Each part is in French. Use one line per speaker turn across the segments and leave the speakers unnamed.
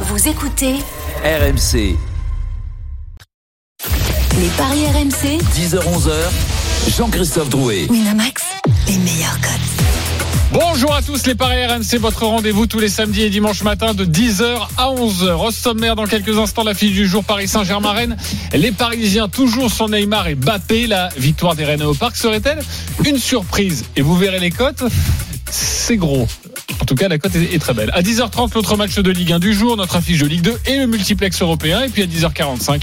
Vous écoutez
RMC,
les paris RMC
10h-11h, Jean-Christophe Drouet.
Winamax, les meilleurs codes.
Bonjour à tous les Paris RMC, votre rendez-vous tous les samedis et dimanches matin de 10h à 11h. Au sommaire, dans quelques instants, la fiche du jour Paris Saint-Germain-Rennes. Les Parisiens, toujours sans Neymar et Bappé, la victoire des Rennes au Parc serait-elle une surprise Et vous verrez les cotes, c'est gros. En tout cas, la cote est est très belle. À 10h30, l'autre match de Ligue 1 du jour, notre affiche de Ligue 2 et le multiplex européen. Et puis à 10h45,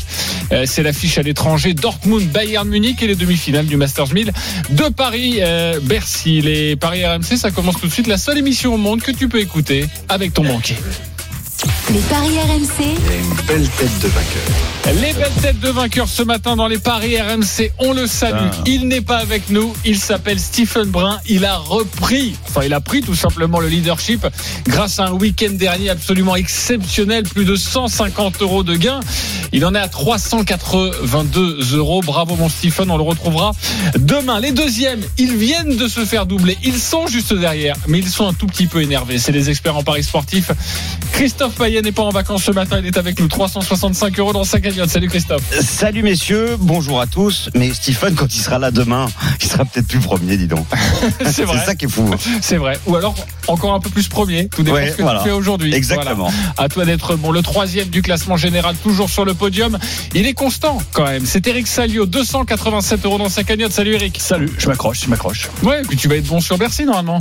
euh, c'est l'affiche à l'étranger Dortmund-Bayern Munich et les demi-finales du Masters 1000 de Paris-Bercy. les Paris RMC, ça commence tout de suite. La seule émission au monde que tu peux écouter avec ton banquier.
Les paris RMC,
Les belles têtes de vainqueurs ce matin dans les paris RMC, on le salue. Il n'est pas avec nous, il s'appelle Stephen Brun. Il a repris, enfin il a pris tout simplement le leadership grâce à un week-end dernier absolument exceptionnel, plus de 150 euros de gains. Il en est à 382 euros. Bravo mon Stephen, on le retrouvera demain. Les deuxièmes, ils viennent de se faire doubler. Ils sont juste derrière, mais ils sont un tout petit peu énervés. C'est les experts en paris sportifs. Christophe Payet n'est pas en vacances ce matin, il est avec nous. 365 euros dans sa cagnotte. Salut Christophe.
Salut messieurs, bonjour à tous. Mais Stephen, quand il sera là demain, il sera peut-être plus premier, dis donc.
C'est vrai.
ça qui est fou.
C'est vrai. Ou alors encore un peu plus premier. Tout dépend
Ouais,
de ce que
voilà.
tu fais aujourd'hui.
Exactement.
Voilà. À toi d'être bon. Le troisième du classement général, toujours sur le podium. Il est constant quand même. C'est Eric Salio, 287 euros dans sa cagnotte. Salut Eric.
Salut, je m'accroche, je m'accroche.
Ouais, et puis tu vas être bon sur Bercy normalement.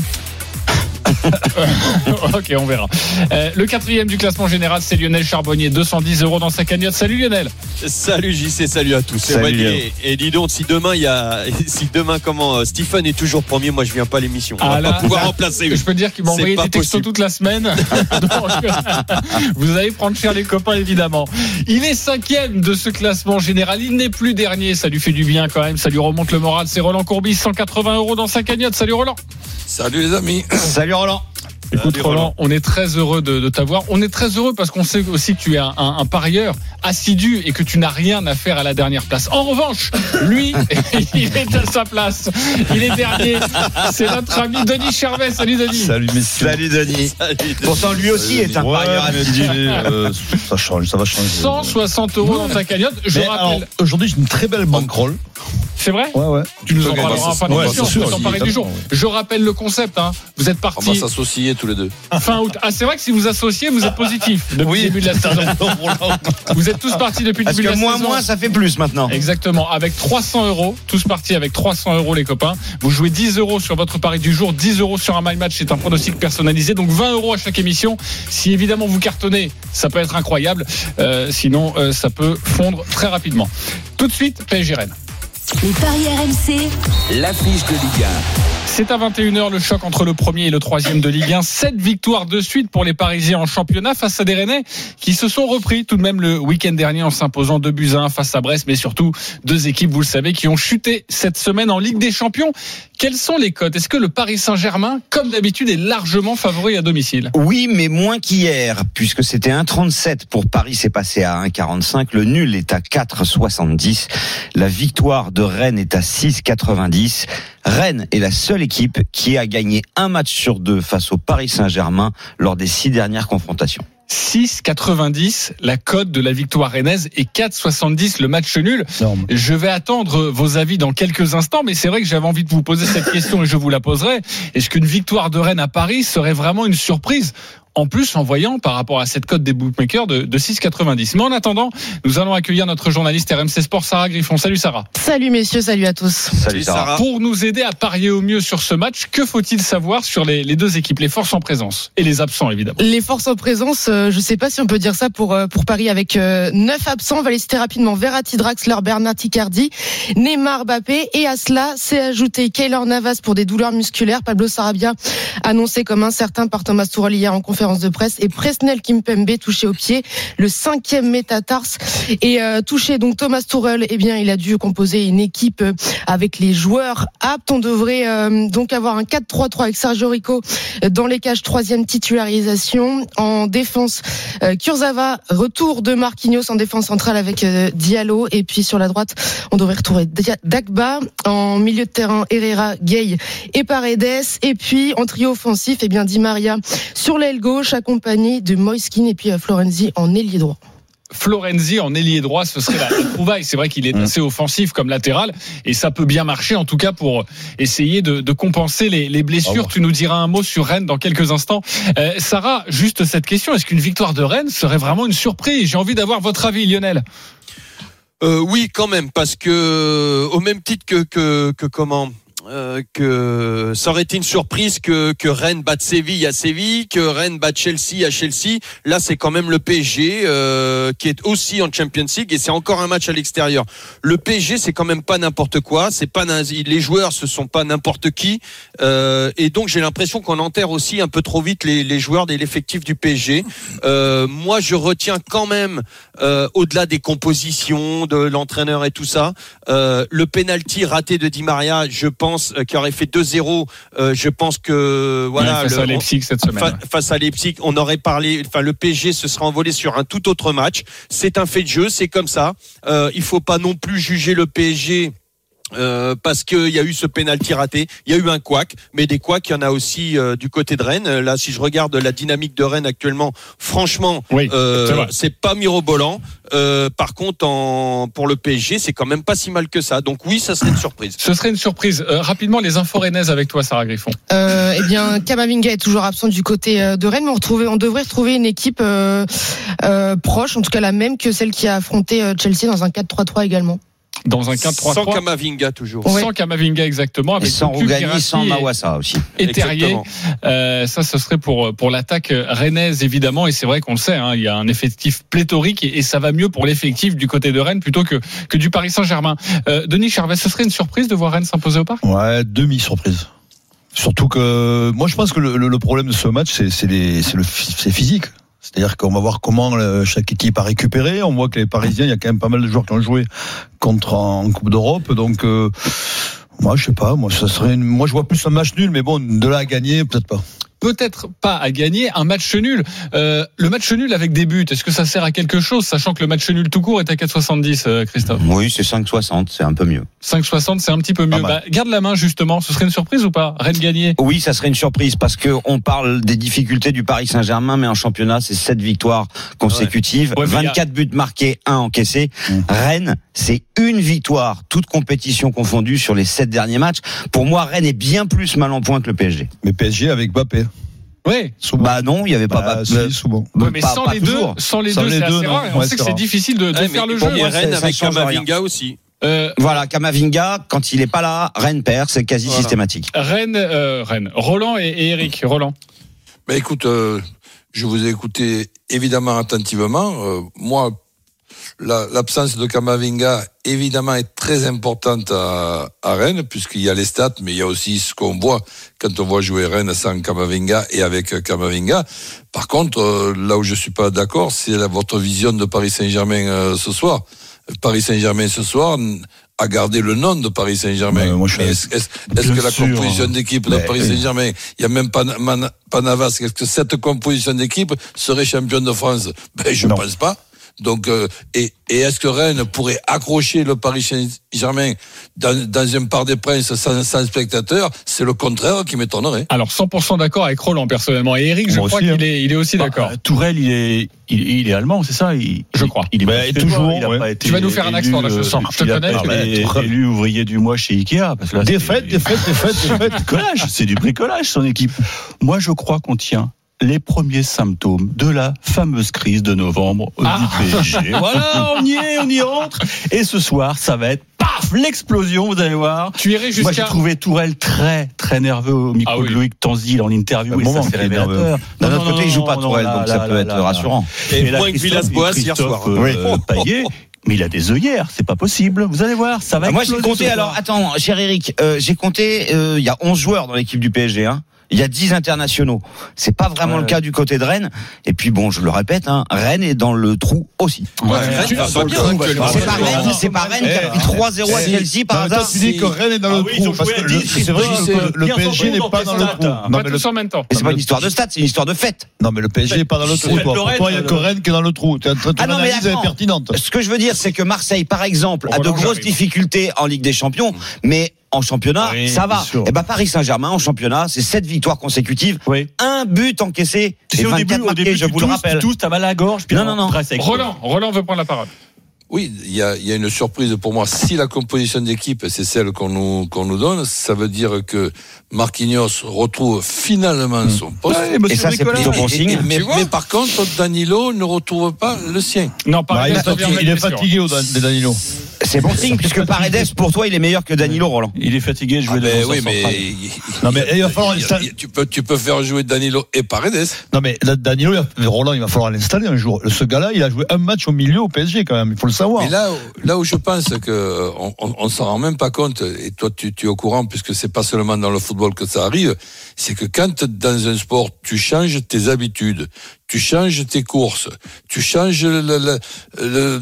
ok, on verra. Euh, le quatrième du classement général, c'est Lionel Charbonnier, 210 euros dans sa cagnotte. Salut Lionel.
Salut JC, salut à tous.
Salut,
Ouais,
Léo.
et, et dis donc, si demain il y a, si demain comment euh, Stephen est toujours premier, moi je viens pas à l'émission. On
Ah
va
là,
pas pouvoir
là,
remplacer.
Je peux dire qu'il m'a
C'est
envoyé
pas
des textos
possible.
toute la semaine. Donc, vous allez prendre cher les copains, évidemment. Il est cinquième de ce classement général. Il n'est plus dernier. Ça lui fait du bien quand même. Ça lui remonte le moral. C'est Roland Courbis, 180 euros dans sa cagnotte. Salut Roland.
Salut les amis.
Salut Roland.
Écoute
Salut,
Roland,
Roland.
on est très heureux de, de t'avoir. On est très heureux parce qu'on sait aussi que tu es un, un- un parieur assidu et que tu n'as rien à faire à la dernière place. En revanche, lui, il est à sa place. Il est dernier. C'est notre ami Denis Charvet. Salut Denis.
Salut messieurs.
Salut Denis.
Salut.
Pourtant, lui aussi est un
Ouais,
parieur.
mais dis, euh, ça change, ça va changer.
160 euros dans ta cagnotte. Je
Mais alors,
rappelle,
Aujourd'hui, j'ai une très belle bankroll.
c'est vrai
Ouais, ouais.
Tu nous en
Ok, on va
parleras en
s'ass-
fin
on va
d'émission, on peut
s'associer,
s'en parler du jour.
évidemment, oui.
Je rappelle le concept, hein. vous
Ah,
êtes
bah,
On va
partis
s'associer tous les deux.
fin août. Ah, c'est vrai que si vous associez, vous êtes positif depuis le début de la saison. Vous êtes tous partis depuis le
Parce
début de
que
la
moins
saison.
moins, ça fait plus maintenant.
Exactement, avec 300 euros, tous partis avec 300 euros les copains. Vous jouez 10 euros sur votre pari du jour, 10 euros sur un My Match, c'est un pronostic personnalisé, donc 20 euros à chaque émission. Si évidemment vous cartonnez, ça peut être incroyable, Euh, sinon euh, ça peut fondre très rapidement. Tout de suite, PSG Rennes.
les paris RMC,
L'affiche de Ligue
C'est à 21h le choc entre le premier et le troisième de Ligue 1. Sept victoires de suite pour les Parisiens en championnat face à des Rennais qui se sont repris tout de même le week-end dernier en s'imposant 2 buts à 1 face à Brest, mais surtout deux équipes, vous le savez, qui ont chuté cette semaine en Ligue des Champions. Quelles sont les cotes Est-ce que le Paris Saint-Germain, comme d'habitude, est largement favori à domicile
Oui, mais moins qu'hier, puisque c'était 1,37 pour Paris, c'est passé à 1,45. Le nul est à 4,70. La victoire de Rennes est à 6,90. Rennes est la seule équipe qui a gagné un match sur deux face au Paris Saint-Germain lors des six dernières confrontations.
6,90 la cote de la victoire rennaise et 4,70 le match nul.
Énorme.
Je vais attendre vos avis dans quelques instants, mais c'est vrai que j'avais envie de vous poser cette question et je vous la poserai. Est-ce qu'une victoire de Rennes à Paris serait vraiment une surprise en plus, en voyant par rapport à cette cote des bookmakers de, de 6,90. Mais en attendant, nous allons accueillir notre journaliste RMC Sport, Sarah Griffon. Salut Sarah.
Salut messieurs, salut à tous.
Salut Sarah.
Pour nous aider à parier au mieux sur ce match, que faut-il savoir sur les, les deux équipes, les forces en présence et les absents évidemment
Les forces en présence, euh, je sais pas si on peut dire ça pour euh, pour Paris avec euh, neuf absents. On va les citer rapidement Verratti, Draxler, Bernard Icardi, Neymar, Mbappé et à cela s'est ajouté Keylor Navas pour des douleurs musculaires, Pablo Sarabia annoncé comme incertain par Thomas Tuchel hier en conférence de presse et Presnel Kimpembe touché au pied, le cinquième métatarse et euh, touché donc Thomas Tuchel. Eh bien, il a dû composer une équipe euh, avec les joueurs aptes. On devrait euh, donc avoir un 4-3-3 avec Sergio Rico dans les cages, troisième titularisation. En défense, défense. Euh, Kurzawa, retour de Marquinhos en défense centrale avec euh, Diallo. Et puis sur la droite, on devrait retrouver Dia- Dagba. En milieu de terrain, Herrera, Gay et Paredes. Et puis en trio offensif, eh bien Di Maria sur l'aile gauche, accompagné de Moiskin et puis euh, Florenzi en ailier droit.
Florenzi en ailier droit, ce serait la la trouvaille. C'est vrai qu'il est assez offensif comme latéral et ça peut bien marcher en tout cas pour essayer de, de compenser les, les
Au
blessures.
revoir.
Tu nous diras un mot sur Rennes dans quelques instants. Euh, Sarah, juste cette question est-ce qu'une victoire de Rennes serait vraiment une surprise J'ai envie d'avoir votre avis, Lionel.
Euh, oui, quand même, parce que euh, au même titre que que, que comment. euh, que ça aurait été une surprise que, que Rennes batte Séville à Séville, que Rennes batte Chelsea à Chelsea. Là, c'est quand même le PSG euh, qui est aussi en Champions League et c'est encore un match à l'extérieur. Le PSG, c'est quand même pas n'importe quoi. C'est pas n'im- les joueurs, ce sont pas n'importe qui. Euh, et donc, j'ai l'impression qu'on enterre aussi un peu trop vite les, les joueurs et l'effectif du PSG. Euh, moi, je retiens quand même euh, au-delà des compositions, de l'entraîneur et tout ça, euh, le penalty raté de Di Maria, je pense, euh, qui aurait fait 2-0, euh, je pense que voilà,
Ouais, face
le-
à Leipzig cette semaine.
fa- face à Leipzig, on aurait parlé, enfin le PSG se serait envolé sur un tout autre match. C'est un fait de jeu, c'est comme ça. Euh, il faut pas non plus juger le PSG. euh, parce qu'il y a eu ce pénalty raté, il y a eu un couac, mais des couacs, il y en a aussi euh, du côté de Rennes. Euh, Là, si je regarde la dynamique de Rennes actuellement, franchement,
Oui,
euh,
c'est vrai.
c'est pas mirobolant. Euh, par contre, en, pour le PSG, c'est quand même pas si mal que ça. Donc oui, ça serait une surprise.
Ce serait une surprise. Euh, rapidement, les infos rennaises avec toi, Sarah Griffon.
Euh, eh bien, Kamavinga est toujours absent du côté euh, de Rennes, mais on, retrouvait- on devrait retrouver une équipe euh, euh, proche, en tout cas la même que celle qui a affronté euh, Chelsea dans un 4-3-3 également.
Dans un
Sans
4-3-3.
Kamavinga toujours.
Ouais.
Sans Kamavinga exactement,
Et
avec
sans
Cocu,
Rougani,
Guirassy
sans
et-
Mawassa aussi.
et Terrier.
Exactement.
Euh, ça, ce serait pour pour l'attaque euh, rennaise évidemment, et c'est vrai qu'on le sait. hein, il y a un effectif pléthorique et, et ça va mieux pour l'effectif du côté de Rennes plutôt que que du Paris Saint-Germain. Euh, Denis Charvet, ce serait une surprise de voir Rennes s'imposer au parc.
Ouais, demi-surprise. Surtout que, moi, je pense que le, le- le problème de ce match, c'est c'est les- c'est le phy- c'est physique. C'est-à-dire qu'on va voir comment euh, chaque équipe a récupéré. On voit que les Parisiens, il y a quand même pas mal de joueurs qui ont joué contre en, en Coupe d'Europe. Donc, euh, moi, je sais pas. Moi, ça serait une- moi, je vois plus un match nul, mais bon, de là à gagner, peut-être pas.
Peut-être pas à gagner un match nul. Euh, le match nul avec des buts, est-ce que ça sert à quelque chose, sachant que le match nul tout court est à 4,70, euh, Christophe
Oui, c'est 5,60, c'est un peu mieux.
5,60, c'est un petit peu
Pas
mieux.
mal.
Bah, garde la main justement. Ce serait une surprise ou pas Rennes gagné.
Oui, ça serait une surprise parce que on parle des difficultés du Paris Saint-Germain, mais en championnat, c'est sept victoires consécutives,
Ouais, mais il y a-
24 buts marqués, 1 encaissé.
Mm.
Rennes, c'est une victoire, toute compétition confondue sur les sept derniers matchs. Pour moi, Rennes est bien plus mal en point que le PSG.
Mais PSG avec Bappé.
Oui.
Souvent.
Bah non, il y avait pas.
Bah,
pas-
si, souvent.
bah,
mais
pas-
sans,
pas
les deux,
toujours.
sans les
Sans
deux,
les
c'est
deux,
assez
non.
rare. et on
Ouais,
sait que
c'est
c'est
rare.
difficile de, de
Ouais, mais
faire le
pour
jeu. hein.
moi,
ouais,
Rennes
ça- ça
avec
change rien.
Kamavinga aussi.
Euh,
Voilà, Kamavinga, quand il est pas là, Rennes perd, c'est quasi
Voilà.
systématique.
Rennes, euh, Rennes. Roland et, et Eric. Roland.
Mais écoute, euh, je vous ai écouté évidemment attentivement. Euh, moi, la- l'absence de Kamavinga, évidemment, est très importante à, à Rennes, puisqu'il y a les stats, mais il y a aussi ce qu'on voit quand on voit jouer Rennes sans Kamavinga et avec Kamavinga. Par contre, euh, là où je suis pas d'accord, c'est la- votre vision de Paris Saint-Germain euh, ce soir. Paris Saint-Germain ce soir n- a gardé le nom de Paris Saint-Germain.
Ouais, moi, je suis
Mais Est-ce est-ce- est-ce
Bien
que la
sûr.
composition d'équipe de
Mais
Paris
oui.
Saint-Germain, il n'y a même pas, Na- Man- pas Navas, est-ce que cette composition d'équipe serait championne de France ben, Je ne
Non.
pense pas. Donc, euh, et, et est-ce que Rennes pourrait accrocher le Paris Saint-Germain dans, dans un par des princes sans, sans spectateurs C'est le contraire qui m'étonnerait.
Alors 100% d'accord avec Roland personnellement. Et Eric, je
Moi
crois
aussi,
qu'il
hein.
est, il est aussi d'accord.
Bah, Tourelle, il est, il, il est allemand, c'est ça il,
Je
il-
crois.
Il est
Bah,
pas suédois,
toujours,
il a
ouais.
pas été
Tu vas nous faire un
élu,
accent, là, je
euh,
sens. Je
il
te
a
connais,
pas
tu vas
été
être-
élu ouvrier du mois chez Ikea. Parce que là,
Défaite,
c'est-
défaite, défaite,
c'est du
défaite.
bricolage, c'est du bricolage son équipe. Moi, je crois qu'on tient les premiers symptômes de la fameuse crise de novembre
Ah.
du PSG. Voilà, on y est, on y rentre. Et ce soir, ça va être paf, l'explosion, vous allez voir.
Tu irais
Moi, j'ai
jusqu'à
trouvé Tourelle très, très nerveux au micro
Ah oui.
de Loïc Tanzil en interview.
Un
et
moment
ça, c'est
qu'il est nerveux.
révélateur.
D'un
Non,
autre
non,
côté, il
non,
joue pas
non,
Tourelle,
là,
donc
là,
ça peut
là,
être
là, là.
rassurant.
Et là,
Moins que
Christophe-
Villas-Boas hier
Christophe,
soir.
euh,
Oui.
euh, Payet, mais il a des œillères, c'est pas possible. Vous allez voir, ça va
Ah, moi j'ai
exploser
compté
ce
alors
soir.
attends cher Eric euh, j'ai compté euh, il y a 11 joueurs dans l'équipe du PSG hein. Il y a 10 internationaux. C'est pas vraiment le cas du côté de Rennes. Et puis bon, je le répète, hein, Rennes est dans le trou aussi.
Rennes,
tu-
ça va bien, hein, que le-
C'est pas Rennes, c'est pas Rennes qui a pris 3-0 à Chelsea par
Non, toi,
hasard. Ah
tu dis que Rennes est dans le trou. parce que le- C'est vrai que le PSG n'est pas dans le trou. Non,
Pas
mais le-
tous en même temps.
Mais c'est pas une histoire de stats, c'est une histoire de fait.
Non, mais le PSG n'est pas dans le trou. toi. Pour toi, il n'y a que Rennes euh, qui est dans le trou. Tu as- Ton
Ah non, mais
analyse est
attends.
pertinente.
Ce que je veux dire, c'est que Marseille, par exemple, a de
Roland,
grosses
j'arrive.
difficultés en Ligue des Champions, mais en championnat,
Oui,
ça va.
bien sûr.
Et ben Paris Saint-Germain, en championnat, c'est 7 victoires consécutives,
Oui.
un but encaissé et
C'est au
24
début, au
marqués,
début,
je vous le rappelle.
Tous, t'as mal à la gorge. Puis
Non, non, non.
après, c'est-
Roland, Roland veut prendre la parole.
Oui, il y a, il y a une surprise pour moi. Si la composition d'équipe, c'est celle qu'on nous, qu'on nous donne, ça veut dire que Marquinhos retrouve finalement son poste.
Et ça, c'est plutôt bon
Et- et-
signe.
mais,
Tu vois
mais par contre, Danilo ne retrouve pas le sien.
Non, par
Bah, Il est sorti- il est fatigué, au- Dan- Danilo.
C'est bon signe, puisque Paredes, pour toi, il est meilleur que Danilo Roland.
Il est fatigué, je vais
Ah,
le
mais
lancer
oui,
en
mais,
centrale.
Non, mais il va falloir
il-
l'installer.
il- tu, peux, tu peux faire jouer Danilo et Paredes.
Non, mais là, Danilo, il va- mais Roland, il va falloir l'installer un jour. Ce gars-là, il a joué un match au milieu au PSG quand même. Il faut le savoir.
Mais là, là où je pense que euh, on, on, on s'en rend même pas compte, et toi tu, tu es au courant puisque c'est pas seulement dans le football que ça arrive, c'est que quand dans un sport tu changes tes habitudes, tu changes tes courses, tu changes le- le- le-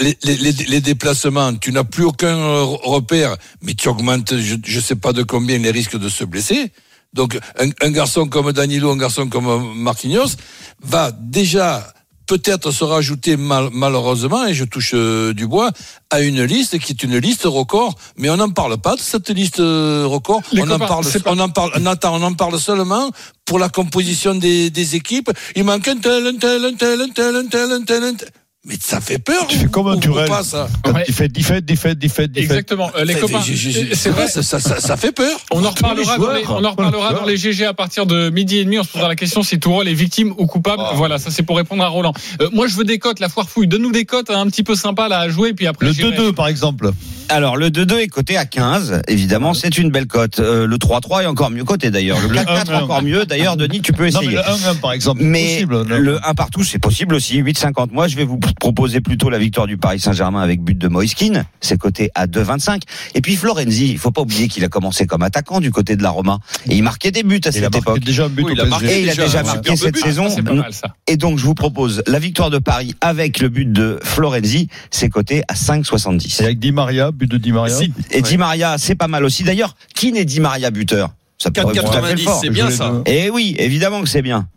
les, les- les- les déplacements, tu n'as plus aucun euh, repère, mais tu augmentes, je, je sais pas de combien les risques de se blesser. Donc un, un garçon comme Danilo, un garçon comme Marquinhos va déjà peut-être se rajouter mal- malheureusement, et je touche euh, du bois, à une liste qui est une liste record, mais on n'en parle pas de cette liste euh, record.
Les
on,
copains,
en parle,
c'est pas-
on en parle, on attend, on en parle seulement pour la composition des, des équipes. Il manque un tel, un tel, un tel, un tel, un tel, un tel, un tel. Mais ça fait peur.
Tu fais comme un
ou- ou
Turel.
pas, ça.
Quand
Ouais.
Il fait défaite, défaite, défaite, défaite.
Exactement. Euh, les
Ça-
copains,
j'ai- j'ai- j'ai-
c'est vrai.
ça, ça, ça- ça fait peur.
On en reparlera,
les
dans les,
joueurs.
on en reparlera
Voilà.
dans les GG à partir de midi et demi. On se posera la question si Tourol est victime ou coupable.
Ah.
Voilà, ça c'est pour répondre à Roland. Euh, moi je veux des cotes, la foire fouille. Donne-nous des cotes hein, un petit peu sympa là à jouer. Puis après,
Le
j'irai.
2-2, par exemple.
Alors, le 2-2 est coté à 15, évidemment, c'est une belle cote. Euh, le 3-3 est encore mieux coté, d'ailleurs. Le
Le
4-4
1-1.
encore mieux. D'ailleurs, Denis, tu peux
Non, mais
essayer.
le 1-1, par exemple. c'est
Mais
possible. non
le 1 partout, c'est possible aussi. 8,50. Moi, je vais vous proposer plutôt la victoire du Paris Saint-Germain avec but de Moïskine. C'est coté à 2,25. Et puis Florenzi, il faut pas oublier qu'il a commencé comme attaquant du côté de la Roma. Et il marquait des buts
Il
à
a
cette
marqué
époque.
déjà un but
Oui,
au
il a
PSG.
marqué
Et il a
déjà
déjà
un
marqué
superbe
cette
but.
saison.
Ah, c'est pas mal ça.
Et donc, je vous propose la victoire de Paris avec le but de Florenzi. C'est coté à
Et
5,70.
avec Di Maria, but de Di Maria.
Et Di Maria, c'est pas mal aussi. D'ailleurs, qui n'est Di Maria buteur? Ça pourrait vous rappeler
4,90,
fort.
c'est bien ça.
Eh oui, évidemment que c'est bien.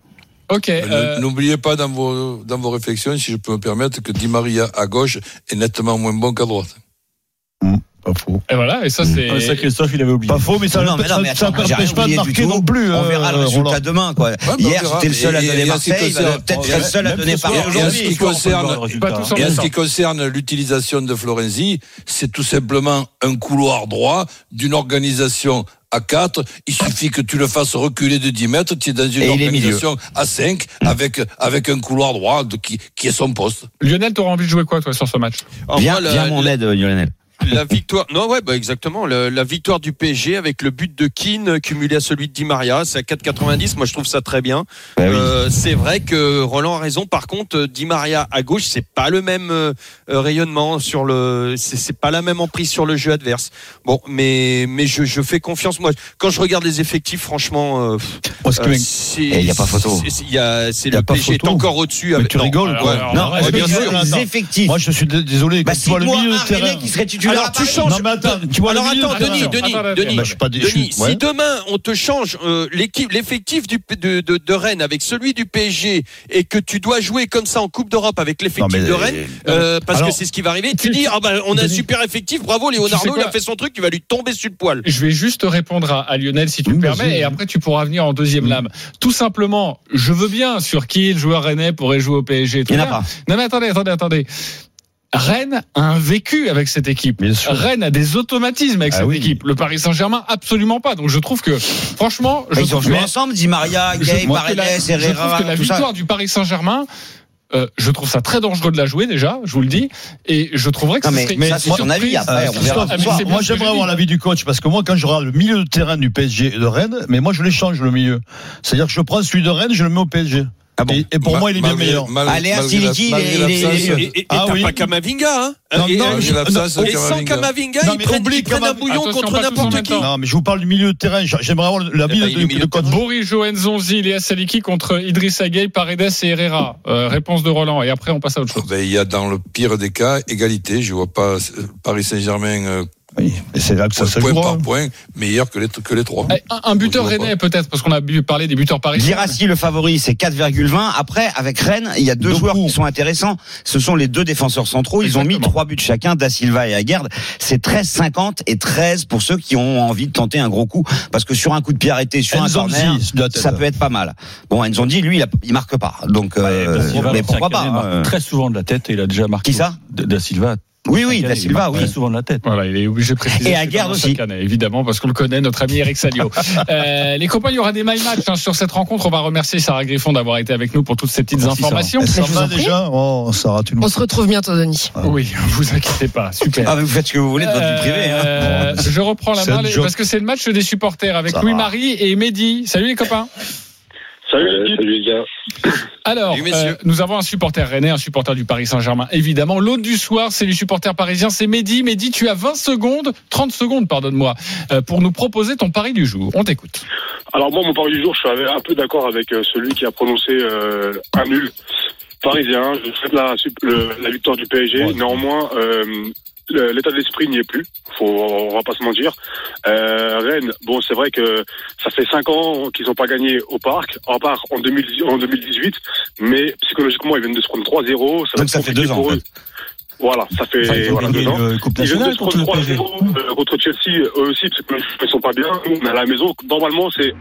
Ok. euh,
Ne- N'oubliez pas dans vos, dans vos réflexions, si je peux me permettre, que Di Maria à gauche est nettement moins bon qu'à droite.
Pas faux.
et voilà. Et ça c'est.
Ah, ça, Christophe, il avait oublié.
Pas faux, mais ça
Non, mais
n'empêche
non, mais
ça- ça
attends, j'ai rien
n'empêche pas de
oublié du
marquer
tout.
non plus.
On verra
euh,
le résultat
Roland.
demain, quoi.
bah, on
Hier,
verra.
j'étais le seul à
Et- et-
donner
et ainsi
Marseille.
que
Il va
ça-
peut-être
et-
être le seul à
même
donner
ce soir,
Paris
Et en ce
aujourd'hui.
qui concerne,
Pas tous en
Et en
même
ce
temps.
qui concerne l'utilisation de Florenzi, c'est tout simplement un couloir droit d'une organisation à 4. Il suffit que tu le fasses reculer de 10 mètres. Tu es dans une
Et il est
organisation à 5 avec, avec un couloir droit de, qui, qui est son poste.
Lionel, t'aurais envie de jouer quoi toi sur ce match
Enfin,
Viens,
la-
viens mon aide, Lionel.
La victoire, non, ouais, bah exactement. La, la victoire du PSG avec le but de Keane cumulé à celui de Di Maria, c'est à 4,90. Moi, je trouve ça très bien.
Bah
Euh, c'est vrai que Roland a raison. Par contre, euh, Di Maria à gauche, c'est pas le même euh, euh, rayonnement sur le, c'est c'est pas la même emprise sur le jeu adverse. Bon, mais mais je, je fais confiance. Moi, quand je regarde les effectifs, franchement, euh, pff,
Parce que,
euh,
mec,
c'est-
Eh, y a pas photo.
c'est- c'est- Il y a, c'est
Y a
le
pas
PSG est
photo.
encore au-dessus.
mais
avec-
tu
Non,
rigoles.
alors,
quoi.
alors,
Non,
ouais,
je
bien
veux
sûr,
dire, les
attends.
effectifs.
Moi, je suis dé- désolé.
Bah,
quand tu
si
vois le
moi,
milieu
un
de terrain.
René qui serait titulaire.
Alors,
à
tu
Paris-
changes.
Non, mais attends, tu vois
Alors
le milieu
attends,
de terrain.
Denis,
Attends,
Denis,
attends,
Denis,
Bah, je suis pas dé- je
Denis,
suis- ouais.
si demain on te change euh, l'équipe, l'effectif du, P- de, de, de Rennes avec celui du PSG et que tu dois jouer comme ça en Coupe d'Europe avec l'effectif
Non, mais-
de Rennes, euh, parce
Alors-
que c'est ce qui va arriver, tu dis ah bah, on a un super effectif, bravo
Tu sais
Leonardo,
quoi
il a fait son truc, tu vas lui tomber sur le poil.
Je vais juste répondre à, à Lionel si tu
Oui,
me
vas-y.
permets et après tu pourras venir en deuxième lame. Tout simplement, je veux bien sur qui le joueur rennais pourrait jouer au PSG. tout
Il n'y en a
ça.
pas.
Non mais attendez, attendez, attendez. Rennes a un vécu avec cette équipe.
Bien sûr.
Rennes a des automatismes avec
Ah
cette
oui.
équipe. Le Paris Saint-Germain, absolument pas. Donc je trouve que, franchement, je
Bah, Ils ont
trouve
joué
que-
ensemble, Di Maria,
je
Gay,
trouve que
Paredes,
la, je trouve que la
Herrera, tout ça.
victoire du Paris Saint-Germain, euh, je trouve ça très dangereux de la jouer déjà, je vous le dis, et je trouverais que
Non,
ce
mais-
serait-
mais
ça
ça, c'est ton avis, après,
Euh,
on verra
Christophe,
ce
Ah, mais
moi,
c'est bien
moi,
ce que
j'aimerais
j'ai
avoir
dit.
l'avis du coach parce que moi, quand je regarde le milieu de terrain du PSG et de Rennes, mais moi, je les change le milieu. C'est-à-dire que je prends celui de Rennes, je le mets au PSG.
Ah bon
Et, et pour
Ma-
moi, il est bien
malgré-
meilleur.
mal-
Allez,
malgré
Asiliki,
la-
il est-
malgré
il est-
l'absence-
il est-
Et, et- et
Ah
t'as
oui.
pas Kamavinga, hein
Non,
Et-
non,
et-
je-
l'absence
non,
de
Et sans
Kamavinga.
Kamavinga,
Non,
ils
mais
prennent,
oublie
ils prennent un
Kamavinga.
bouillon
Attention,
contre
pas tous en
n'importe
même
qui.
temps.
Non, mais je vous parle du milieu de terrain. J'a- J'aimerais avoir la
Eh ben,
bille
il est
de,
milieu
de
de
Cote.
Boris Johansson-Zil et Saliki contre Idriss Gueye, Paredes et Herrera. Euh, réponse de Roland. Et après, on passe à autre chose.
Ben, il y a dans le pire des cas égalité. Je vois pas euh, Paris Saint-Germain euh,
Oui, et c'est là que ça se
point
joue.
par
hein.
point meilleur que les, que les trois.
Eh, Un, un buteur
Je vois pas.
rennais, peut-être, parce qu'on a bu- parlé des buteurs parisiens.
Girassi, le favori, c'est 4,20. Après, avec Rennes, il y a deux
Doku.
joueurs qui sont intéressants. Ce sont les deux défenseurs centraux. Ils ont mis
Exactement.
trois buts chacun, Da Silva et Aguerd. C'est 13,50 et 13 pour ceux qui ont envie de tenter un gros coup. Parce que sur un coup de pied arrêté, sur un
Nzonzi,
corner,
de la tête.
ça peut être pas mal. Bon, Nzonzi, lui, il, a- il marque pas. Donc, euh,
Da Silva,
mais
le
pourquoi
cinquième,
pas
marque
hein.
Très souvent de la tête, et il a déjà marqué.
Qui ça
Da Da Silva.
Oui, oui, Da
Il
Silva,
marque
oui.
Très souvent de la tête.
Voilà, il est obligé de préciser.
Et
que
à
c'est
Guerre
dans
aussi.
chaque année, évidemment, parce qu'on le connaît, notre ami Eric Salio. Euh, les copains, il y aura des my match hein, sur cette rencontre. On va remercier Sarah Griffon d'avoir été avec nous pour toutes ces petites
Merci,
informations.
Elle s'en
je vous
va
en prie.
déjà Oh, Sarah, tu nous. Ah.
On se retrouve bientôt, Denis.
Oui, vous inquiétez pas. Super.
Ah, vous faites ce que vous voulez dans votre vie privée. hein.
Euh, je reprends la
C'est
main
un
les-
joke.
parce que c'est le match des supporters avec
Ça
Louis-Marie et Mehdi. Salut les copains.
Salut, salut les gars.
Alors,
Salut, messieurs.
euh, nous avons un supporter rennais, un supporter du Paris Saint-Germain, évidemment. L'autre du soir, c'est le supporter parisien, c'est Mehdi. Mehdi, tu as 20 secondes, 30 secondes, pardonne-moi, euh, pour nous proposer ton pari du jour. On t'écoute.
Alors moi, mon pari du jour, je suis avec- un peu d'accord avec euh, celui qui a prononcé euh, un nul parisien. Je souhaite la, sup- le- la victoire du PSG. Néanmoins, euh, le- l'état d'esprit n'y est plus. Faut, on va pas se mentir. Euh, Rennes, bon, c'est vrai que ça fait cinq ans qu'ils n'ont pas gagné au parc, à part en, 2010 en 2018. Mais psychologiquement, ils viennent de se prendre 3-0. Ça va
Donc
être
ça fait
compliqué
deux ans,
pour
en
eux. Voilà, ça fait
Enfin, ils ont
voilà,
gagné
deux ans.
une Coupe
Ils viennent de
nationale
se
contre le
prendre
PSG.
3-0 euh, contre Chelsea, eux aussi, parce qu'ils sont pas bien. Nous, on est à la maison. Normalement, c'est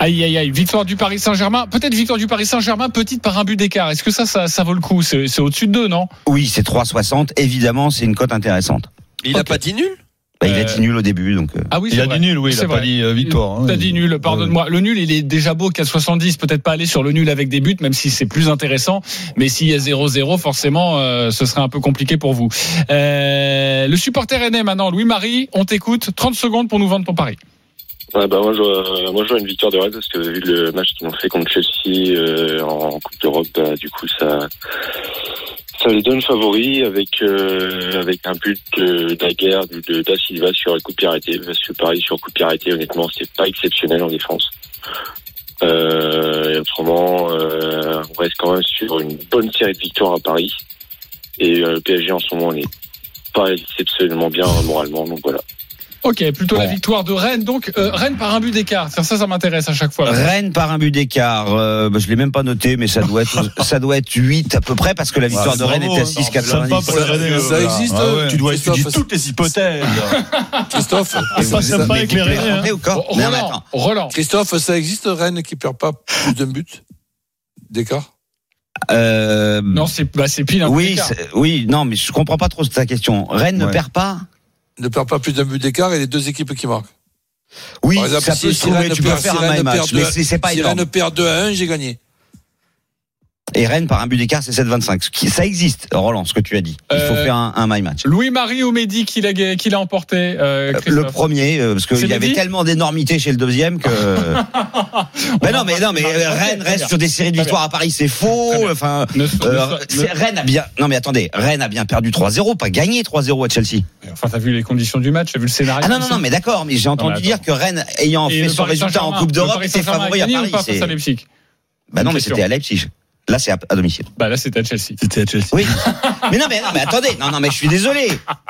Aïe, aïe, aïe. Victoire du Paris Saint-Germain. Peut-être victoire du Paris Saint-Germain, petite par un but d'écart. Est-ce que ça, ça, ça vaut le coup C'est c'est au-dessus de deux, non
Oui, c'est 3,60. Évidemment, c'est une cote intéressante.
Il a pas dit nul
Bah, il a
Euh,
dit nul au début, donc. euh,
Ah oui,
Il
c'est
a
vrai.
dit nul, oui, il
C'est
a pas
vrai.
dit euh, victoire. hein.
T'as dit nul, pardonne-moi. Le nul, il est déjà beau qu'à 70, peut-être pas aller sur le nul avec des buts, même si c'est plus intéressant. Mais s'il y a 0-0, forcément, euh, ce serait un peu compliqué pour vous. Euh, le supporter aîné maintenant, Louis-Marie, on t'écoute. 30 secondes pour nous vendre ton pari.
Ouais, bah moi, je vois, moi, je vois une victoire de Rennes parce que vu le match qu'ils ont fait contre Chelsea euh, en Coupe d'Europe, bah, du coup, ça, ça les donne favoris avec euh, avec un but de d'Aguerre ou de Da Silva sur coup de pied arrêté. Parce que Paris sur coup de pied arrêté, honnêtement, c'est pas exceptionnel en défense. Euh, et autrement, euh, on reste quand même sur une bonne série de victoires à Paris. Et euh, le PSG en ce moment, on n'est pas exceptionnellement bien euh, moralement, donc voilà.
Ok, plutôt la
Bon.
victoire de Rennes. Donc, euh, Rennes par un but d'écart. Ça, ça, ça m'intéresse à chaque fois.
Rennes par un but d'écart, euh, bah, je l'ai même pas noté, mais ça doit être ça doit être 8 à peu près parce que la victoire de Rennes
bravo,
était à
hein. Sympa pour
6,90.
les Rennais,
Ça
voilà.
existe,
Ah ouais.
tu dois étudier toutes
les hypothèses.
Christophe,
Et
ça-
vous-
sympa
mais vous
avec les
pouvez
Rennais,
raconter ou quoi
Bon,
Non, mais attends.
Roland, Roland.
Christophe, ça existe Rennes qui perd pas plus d'un but d'écart
Euh,
Non, c'est bah, c'est pile un but
oui,
d'écart.
c'est- oui, non, mais je comprends pas trop ta question. Rennes ne
Ouais.
perd pas
Ne perd pas plus d'un but d'écart et les deux équipes qui marquent.
Oui,
Par exemple,
ça
si-
peut
si
se trouver,
Rennes
tu peux
perd-
faire
si
un my
Rennes
match,
perd
mais
deux-
c'est c'est pas
si
énorme.
Rennes perd 2 à 1, j'ai gagné.
Et Rennes par un but d'écart, c'est 7,25. Ce qui- Ça existe, Roland, ce que tu as dit. Il faut
Euh,
faire un, un my match.
Louis-Marie ou Mehdi qui l'a qui l'a emporté euh,
Le
Christophe
premier, euh, parce
C'est
qu'il y avait
midi
tellement d'énormités chez le deuxième que. ben non, mais non, mais euh, Rennes
Ok, très bien.
reste sur des séries de
Très
victoires à Paris, c'est faux.
bien.
Enfin,
Ne- ne-
euh,
ne-
c'est- Rennes a bien. Non, mais attendez, Rennes a bien perdu 3-0, pas gagné 3-0 à Chelsea.
Enfin, t'as vu les conditions du match, t'as vu le scénario.
Ah non, non, non, mais d'accord, mais j'ai entendu
attends.
dire que Rennes, ayant
Et
fait
le
son
Paris
résultat en
Saint-Germain,
Coupe
le
d'Europe,
Paris
était
Saint-Germain a
favori à
gagné
Paris.
ou pas face
c'est-
à Leipzig
Bah non, mais
Question.
c'était à Leipzig. Là, c'est à, à domicile.
Bah là, c'était à Chelsea.
C'était à Chelsea.
Oui. mais non, mais non, mais attendez. Non, non, mais je suis désolé.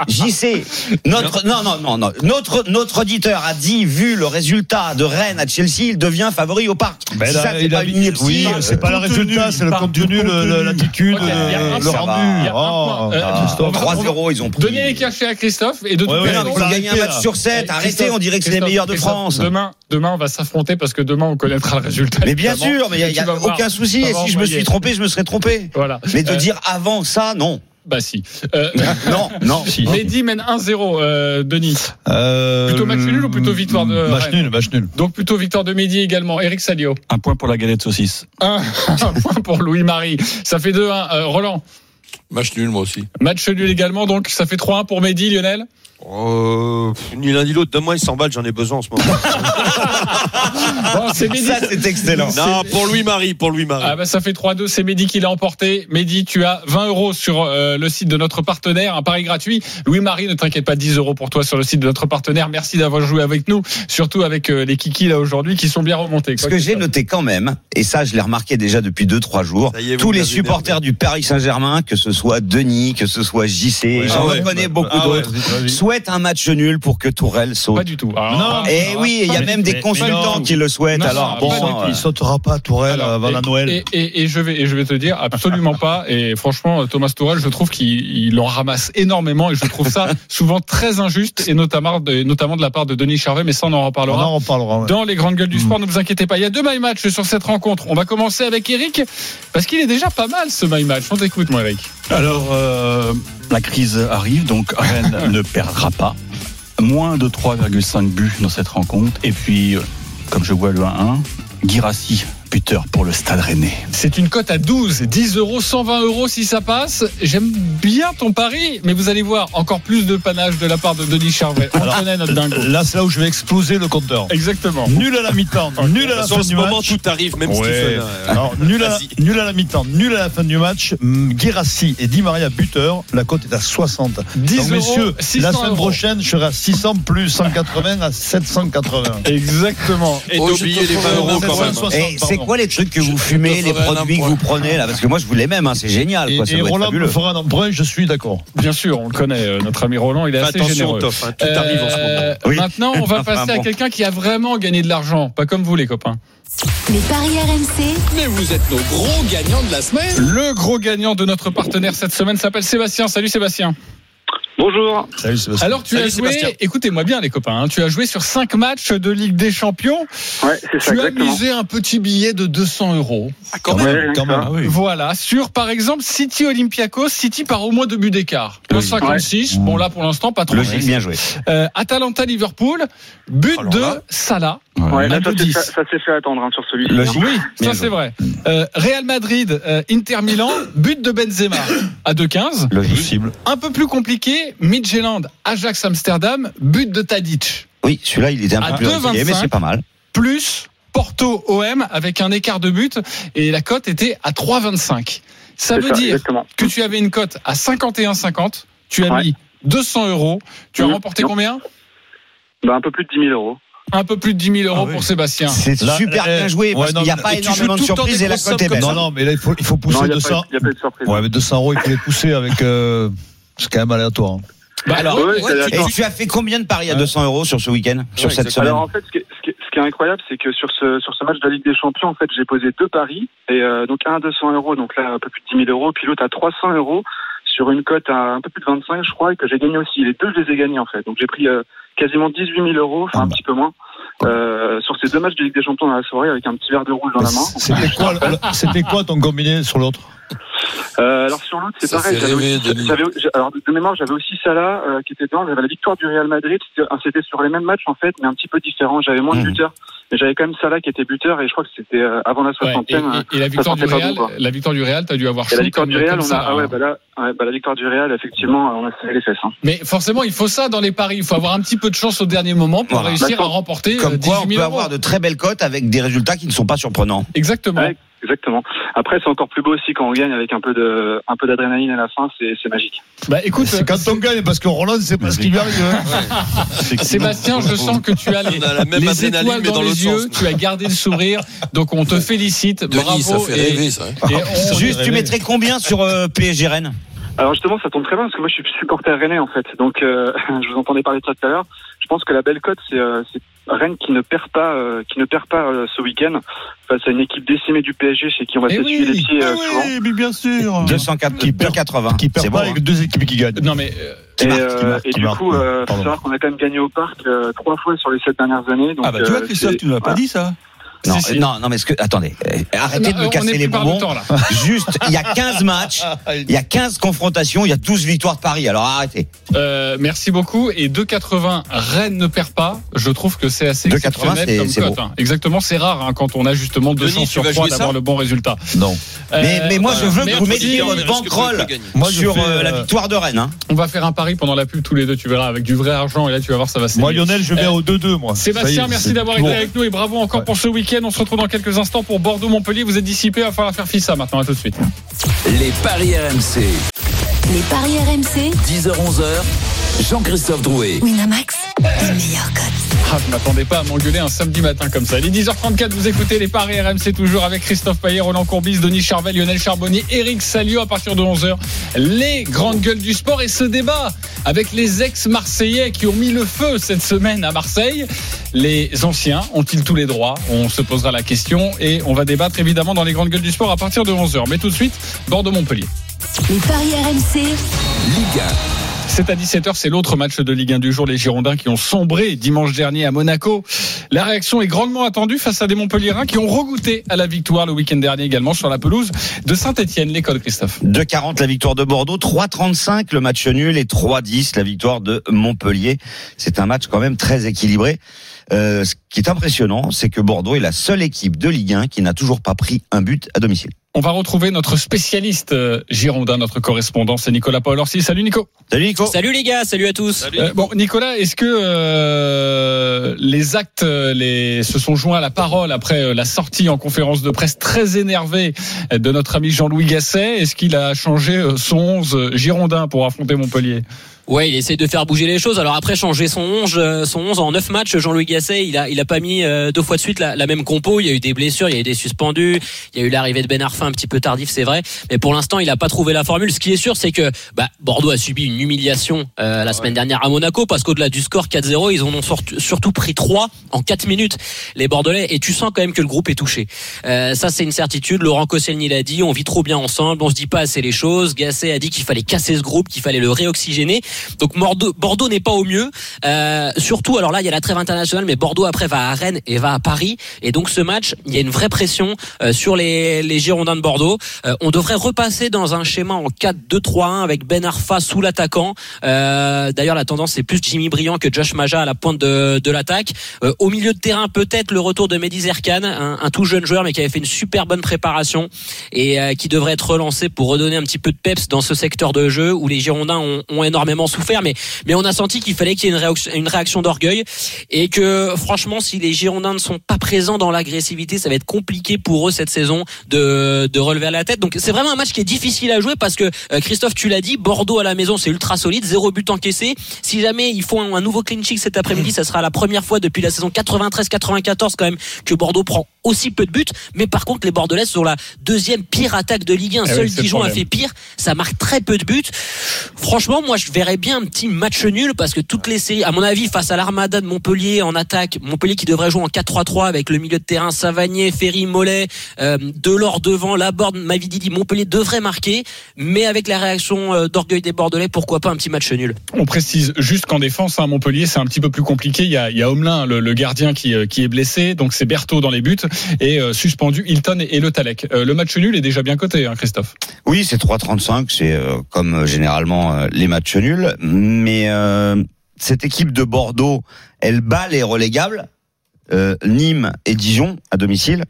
JC, notre, non, non, non, non, notre, notre auditeur a dit, vu le résultat de Rennes à Chelsea, il devient favori au parc.
Ben là,
ça, c'est
il
pas
a-
une ineptie.
Oui,
Euh,
c'est pas le résultat, c'est le
parle
contenu,
de contenu.
le- l'attitude, euh,
Ok, il y a un
le- le
point. Il
rendu.
y a
Oh.
un point. Ah, Euh,
ah,
on va- on va-
3-0, ils ont pris.
Donnez les cachets à Christophe et de toute
Ouais,
Mais
ouais,
non, mais
faut
faut gagner un
l'arrêter,
match
là.
sur 7. Arrêtez, on dirait que c'est les
Christophe,
meilleurs de
Christophe,
France.
Demain, demain, on va s'affronter parce que demain, on connaîtra le résultat.
Mais bien
évidemment.
sûr, mais il
Et
n'y a,
tu vas voir.
aucun souci.
Tu vas
Et
voir,
si je me
voyez.
suis trompé, je me serais trompé.
Voilà.
Mais de
Euh,
dire avant ça, non.
Bah si. Euh,
Non, non.
Si.
Mehdi mène 1-0, euh, Denis.
Euh, hmm,
Plutôt match nul ou plutôt victoire de
Match
Rennes
nul, match nul.
Donc plutôt victoire de Mehdi également. Eric Salio.
Un point pour la galette saucisse.
Un, un point pour Louis-Marie. Ça fait 2-1. Euh, Roland.
Match nul, moi aussi.
Match nul également, donc ça fait 3-1 pour Mehdi, Lionel.
Euh, pff, ni l'un ni l'autre. Donne-moi les 100 balles, j'en ai besoin en ce moment.
Bon, c'est Mehdi.
Ça, c'est excellent.
non, pour Louis-Marie, pour
Ah
Louis-Marie.
bah ça fait 3-2, c'est Mehdi qui l'a emporté. Mehdi, tu as 20 euros sur euh, le site de notre partenaire, un pari gratuit. Louis-Marie, ne t'inquiète pas, 10 euros pour toi sur le site de notre partenaire. Merci d'avoir joué avec nous, surtout avec euh, les Kiki là aujourd'hui qui sont bien remontés.
Ce
quoi
que
qu'il
j'ai
soit.
noté quand même, et ça je l'ai remarqué déjà depuis 2-3 jours,
Ça y est, vous
tous les
m'avez
supporters du Paris Saint-Germain, que ce soit Denis, que ce soit JC, et j'en
Ah ouais.
reconnais beaucoup
Ah ouais,
d'autres,
vas-y.
souhaitent un match nul pour que Tourelle
Pas
saute.
du tout. Ah, Alors,
Non,
pas-
Et oui, il y a
Mais-
même des
mais-
consultants
mais non.
qui le souhaitent.
Non,
alors
non,
Bon,
bon,
pas du
sang,
euh,
il sautera pas Tourelle
Alors,
avant
et-
la Noël.
Et, et- et je vais, et je vais te dire absolument pas. Et franchement, Thomas Tuchel, je trouve qu'il il en ramasse énormément et je trouve ça souvent très injuste et notamment de, notamment de la part de Denis Charvet. Mais ça, on en reparlera.
on en reparlera. Oh ouais. Mm.
dans les grandes gueules du sport. Ne vous inquiétez pas, il y a deux my match sur cette rencontre. On va commencer avec Eric parce qu'il est déjà pas mal ce my match. On t'écoute, moi, Eric.
Alors, euh, la crise arrive, donc Rennes ne perdra pas. Moins de 3,5 buts dans cette rencontre. Et puis, euh, comme je vois le 1-1, Girassi, buteur pour le stade rennais.
C'est une cote à 12, 10 euros, 120 euros si ça passe. J'aime bien ton pari, mais vous allez voir encore plus de panache de la part de Denis Charvet. On
Alors,
connaît notre dingo.
Là, c'est là où je vais exploser le compteur.
Exactement.
Nul à la mi-temps, nul à
De
la
toute
fin
façon, en ce
du
moment,
match.
tout arrive, même
Ouais.
Stephen. euh,
Alors, nul, à,
Vas-y.
nul à la mi-temps, nul à la fin du match. Hmm, Guirassi et Di Maria buteurs. La cote est à 60.
10
Donc,
euros,
messieurs,
600
la semaine
euros.
prochaine, je serai à 600 plus 180 à 780.
Exactement.
Et
Oh, je
d'oublier
te
les 20
ferai
euros quand même.
760,
et Eh, c'est
pardon.
quoi les trucs que vous fumez,
te
les
ferai un
produits que
emprunt.
vous prenez là Parce que moi je vous les même, hein, c'est génial.
Et,
Quoi, ça
et
doit être
Roland me
fabuleux.
fera un emprunt, je suis d'accord.
Bien sûr, on le connaît, euh, notre ami Roland, il est
Fais
assez
attention,
généreux.
Toff, hein, tout arrive en ce moment. Ah,
Euh,
Oui.
Maintenant, on va
Enfin,
passer à
bon.
quelqu'un qui a vraiment gagné de l'argent. Pas comme vous, les copains.
Les paris RMC,
Mais vous êtes nos gros gagnants de la semaine.
Le gros gagnant de notre partenaire cette semaine s'appelle Sébastien. Salut Sébastien.
Bonjour.
Salut Sébastien.
Alors tu as
Salut,
joué,
Sébastien.
écoutez-moi bien les copains, hein, tu as joué sur cinq matchs de Ligue des Champions.
Ouais, c'est ça,
Tu as
exactement.
misé un petit billet de 200 euros.
Ah, Quand
Ouais,
même.
rien que
quand
ça.
même.
Voilà, sur par exemple City Olympiakos, City par au moins deux buts d'écart.
Oui.
1,56. Bon là pour l'instant pas trop.
Logique, bien joué.
Euh, Atalanta Liverpool, but
Alors
de
là.
Salah.
Ouais,
Un
là, ça
peu
s'est
dix.
fait- ça s'est fait attendre hein, sur celui-ci.
Le
hein.
G- Oui,
Ça c'est vrai. Euh, Real Madrid, euh, Inter Milan, but de Benzema à 2,15.
Logique.
Possible.
Un peu plus compliqué, Midtjylland, Ajax Amsterdam, but de Tadic.
Oui, celui-là il était un
À
peu plus risqué, mais
2,25.
c'est pas mal.
Plus Porto OM avec un écart de but et la cote était à 3,25. Ça
C'est
veut dire
exactement.
que tu avais une cote à 51,50, tu as
Ouais.
mis 200 euros, tu as
Mhm.
remporté
Non.
combien
Bah, un peu plus de 10 000 euros.
Un peu plus de 10 000 euros
Ah oui.
Oh, pour Sébastien.
C'est
Là,
super
eh,
euh,
bien joué parce
ouais, non,
qu'il n'y a
mais-
pas
et tu joues
énormément de
tout le temps
surprises
des
et la
grosses
cote est
sommes
belle.
Non, non, mais là, il faut, il faut
Non,
pousser
il n'y a, pas
200.
eu- y a pas eu de surprise.
Ouais, mais 200 euros, il faut les pousser avec. euh, C'est quand même aléatoire. hein.
Bah,
Alors,
Ouais,
ouais,
c'est-
et tu as fait combien de paris à
Euh,
200 euros sur ce week-end, sur
Ouais,
cette
exactement.
semaine
Alors en fait, ce qui est, ce qui est- ce qui est incroyable, c'est que sur ce sur ce match de la Ligue des Champions, en fait, j'ai posé deux paris et euh, donc un à 200 euros, donc là un peu plus de 10 000 euros, puis l'autre à 300 euros sur une cote à un peu plus de 25, je crois, et que j'ai gagné aussi. Les deux, je les ai gagnés en fait. Donc j'ai pris euh, quasiment 18 000 euros, enfin
Ah
un
bah.
petit peu moins, euh, sur ces deux matchs de Ligue des Champions dans la soirée avec un petit verre de rouge dans la main.
C'était quoi, le- le- c'était quoi ton combiné sur l'autre
Euh, alors sur l'autre, c'est
Ça
pareil.
fait
j'avais
rêver,
aussi-
Denis.
j'avais- j'ai- alors de mémoire, j'avais aussi Salah euh, qui était dedans. J'avais la victoire du Real Madrid. C'était euh, c'était sur les mêmes matchs en fait, mais un petit peu différent. J'avais moins de
Mmh.
Mhm.
buteurs, mais j'avais quand même Salah qui était buteur et je crois que c'était euh, avant la
ouais, et,
soixantaine. euh,
et- et la victoire
ça
du
sentait pas
Real,
bon, quoi.
la victoire du Real, t'as dû avoir
et
chaud
la victoire
comme-
du Real,
comme
on a
ça,
ah
hein.
ouais bah là, ouais, bah, la victoire du Real effectivement, on a serré les fesses. Hein.
Mais forcément, il faut ça dans les paris. Il faut avoir un petit peu de chance au dernier moment pour
Voilà.
réussir à
Maintenant,
remporter euh,
Comme
18
quoi, on
000
peut avoir
euros.
de très belles cotes avec des résultats qui ne sont pas surprenants.
Exactement.
Ouais. Exactement. Après, c'est encore plus beau aussi quand on gagne avec un peu de un peu d'adrénaline à la fin. C'est c'est magique.
Bah écoute,
C'est quand on gagne, parce que Roland, c'est pas ce qui lui arrive. hein.
Sébastien, je sens que tu as les,
On a la même
les
adrénaline,
étoiles
mais
dans,
dans
les
l'autre
yeux,
sens.
tu as gardé le sourire, donc on te félicite,
Denis, ça
bravo.
fait
et-
rêver, ça. hein.
et
Ah,
on-
Juste, tu mettrais combien sur euh, PSG Rennes
Alors justement, ça tombe très bien parce que moi je suis supporter rennais en fait. Donc euh, je vous entendais parler de ça tout à l'heure. Je pense que la belle cote c'est euh, c'est Rennes qui ne perd pas euh, qui ne perd pas euh, ce week-end face à une équipe décimée du PSG chez qui on va
Eh
s'essuyer
oui.
les pieds
Ah
euh, souvent.
oui, mais bien sûr.
204
Qui perd-
280.
Qui perd
C'est
pas
bon, hein.
avec deux équipes qui gagnent.
non mais euh,
Et,
marque,
euh,
qui marque,
et
qui
du
marque.
coup, euh, faut
Pardon.
savoir qu'on a quand même gagné au parc euh, trois fois sur les sept dernières années. Donc,
Ah bah tu
euh,
vois Christophe,
c'est-
tu ne l'as pas
voilà.
dit ça.
Non,
Si, si.
non, non, mais ce que, attendez, euh, arrêtez
Non,
de me
on est
casser
plus
les
par le
bonbons.
temps, là.
Juste, il y a 15 matchs, il y a 15 confrontations, il y a 12 victoires de Paris. Alors arrêtez.
Euh, merci beaucoup. Et 2,80, Rennes ne perd pas. Je trouve que c'est assez
2,80,
exceptionnel
c'est-
comme
c'est
cote,
beau.
hein. Exactement, c'est rare hein, quand on a justement deux
Denis,
chances
tu
sur
vas
trois
jouer ça
d'avoir le bon résultat.
Non.
Mais,
Euh,
mais moi, je veux que
merde,
vous
faut
mettiez
dire,
votre
risque de ne pas
banquerolle
gagner.
Moi, je
sur
fais,
euh, la
euh,
victoire de Rennes. Hein.
On va faire un pari pendant la pub tous les deux, tu verras, avec du vrai argent. Et là, tu vas voir, ça va saigner.
Moi, Lionel, je vais
Euh,
au 2-2, moi. Ça y
Sébastien,
est,
merci
c'est
d'avoir
tout
été
bon.
avec nous et bravo encore
Ouais.
pour ce week-end. On se retrouve dans quelques instants pour Bordeaux-Montpellier. Vous êtes dissipé, il va falloir faire FISA maintenant. À tout de suite.
Les Paris RMC,
Les paris RMC,
10h-11h, Jean-Christophe Drouet.
Winamax, les meilleurs cotes.
Ah, je m'attendais pas à m'engueuler un samedi matin comme ça. Les 10h34, vous écoutez les Paris RMC toujours avec Christophe Payet, Roland Courbis, Denis Charvel, Lionel Charbonnier, Eric Salio à partir de 11h. Les grandes gueules du sport et ce débat avec les ex-Marseillais qui ont mis le feu cette semaine à Marseille. Les anciens ont-ils tous les droits On se posera la question et on va débattre évidemment dans les grandes gueules du sport à partir de 11h. Mais tout de suite, Bordeaux-Montpellier.
Les paris RMC,
Ligue
C'est à 17h, c'est l'autre match de Ligue 1 du jour. Les Girondins qui ont sombré dimanche dernier à Monaco. La réaction est grandement attendue face à des Montpellierins qui ont regoûté à la victoire le week-end dernier également sur la pelouse de Saint-Etienne, l'école Christophe.
2,40 la victoire de Bordeaux, 3,35 le match nul et 3,10 la victoire de Montpellier. C'est un match quand même très équilibré. Euh, ce qui est impressionnant, c'est que Bordeaux est la seule équipe de Ligue 1 qui n'a toujours pas pris un but à domicile.
On va retrouver notre spécialiste euh, Girondin, notre correspondant, c'est Nicolas Paul Orsi. Salut Nico.
Salut Nico
Salut les gars, salut à tous.
Euh, bon Nicolas, est-ce que euh, les actes euh, les, se sont joints à la parole après euh, la sortie en conférence de presse très énervée euh, de notre ami Jean-Louis Gasset Est-ce qu'il a changé euh, son 11 euh, Girondin pour affronter Montpellier
Ouais, il essaie de faire bouger les choses. Alors après, changer son 11, euh, son 11 en 9 matchs, Jean-Louis Gasset, il a, il a pas mis euh, deux fois de suite la, la même compo. Il y a eu des blessures, il y a eu des suspendus, il y a eu l'arrivée de Ben Arfa un petit peu tardif, c'est vrai. Mais pour l'instant, il a pas trouvé la formule. Ce qui est sûr, c'est que bah, Bordeaux a subi une humiliation euh, la semaine dernière à Monaco parce qu'au-delà du score 4-0, ils en ont sorti- surtout pris 3 en 4 minutes, les Bordelais. Et tu sens quand même que le groupe est touché. Euh, ça, c'est une certitude. Laurent Koscielny l'a dit, on vit trop bien ensemble, on se dit pas assez les choses. Gasset a dit qu'il fallait casser ce groupe, qu'il fallait le réoxygéner. Donc Bordeaux, Bordeaux n'est pas au mieux. Euh, surtout, alors là, il y a la trêve internationale, mais Bordeaux après va à Rennes et va à Paris. Et donc ce match, il y a une vraie pression euh, sur les, les Girondins de Bordeaux. Euh, on devrait repasser dans un schéma en 4-2-3-1 avec Ben Arfa sous l'attaquant. Euh, D'ailleurs, la tendance c'est plus Jimmy Briand que Josh Maja à la pointe de, de l'attaque. Euh, au milieu de terrain, peut-être le retour de Mehdi Zerkan, un, un tout jeune joueur mais qui avait fait une super bonne préparation et euh, qui devrait être relancé pour redonner un petit peu de peps dans ce secteur de jeu où les Girondins ont, ont énormément souffert. Mais, mais on a senti qu'il fallait qu'il y ait une réaction, une réaction d'orgueil et que franchement, si les Girondins ne sont pas présents dans l'agressivité, ça va être compliqué pour eux cette saison de, de relever à la tête. Donc c'est vraiment un match qui est difficile à jouer parce que euh, Christophe, tu l'as dit, Bordeaux à la maison, c'est ultra solide, zéro but encaissé. Si jamais ils font un, un nouveau clean sheet cet après-midi, ça sera la première fois depuis la saison 93-94 quand même que Bordeaux prend aussi peu de buts. Mais par contre, les Bordelais sont la deuxième pire attaque de Ligue 1.
Eh
Seul
oui, c'est le
Dijon a
problème.
fait pire. Ça marque très peu de buts. Franchement, moi, je verrais bien un petit match nul parce que toutes les séries, à mon avis, face à l'Armada de Montpellier en attaque, Montpellier qui devrait jouer en 4-3-3 avec le milieu de terrain Savanier, Ferry, Mollet, euh, Delors devant, Laborde, Mavididi, Montpellier devrait marquer, mais avec la réaction euh, d'orgueil des Bordelais, pourquoi pas un petit match nul
On précise juste qu'en défense, à Montpellier, c'est un petit peu plus compliqué. Il y a, il y a Omelin, le, le gardien, qui, euh, qui est blessé. Donc c'est Berthaud dans les buts. Et euh, suspendu Hilton et, et le Talek. Euh, le match nul est déjà bien coté, hein, Christophe.
Oui, c'est 3,35, c'est euh, comme euh, généralement euh, les matchs nuls. Mais euh, cette équipe de Bordeaux, elle bat les relégables, euh, Nîmes et Dijon à domicile.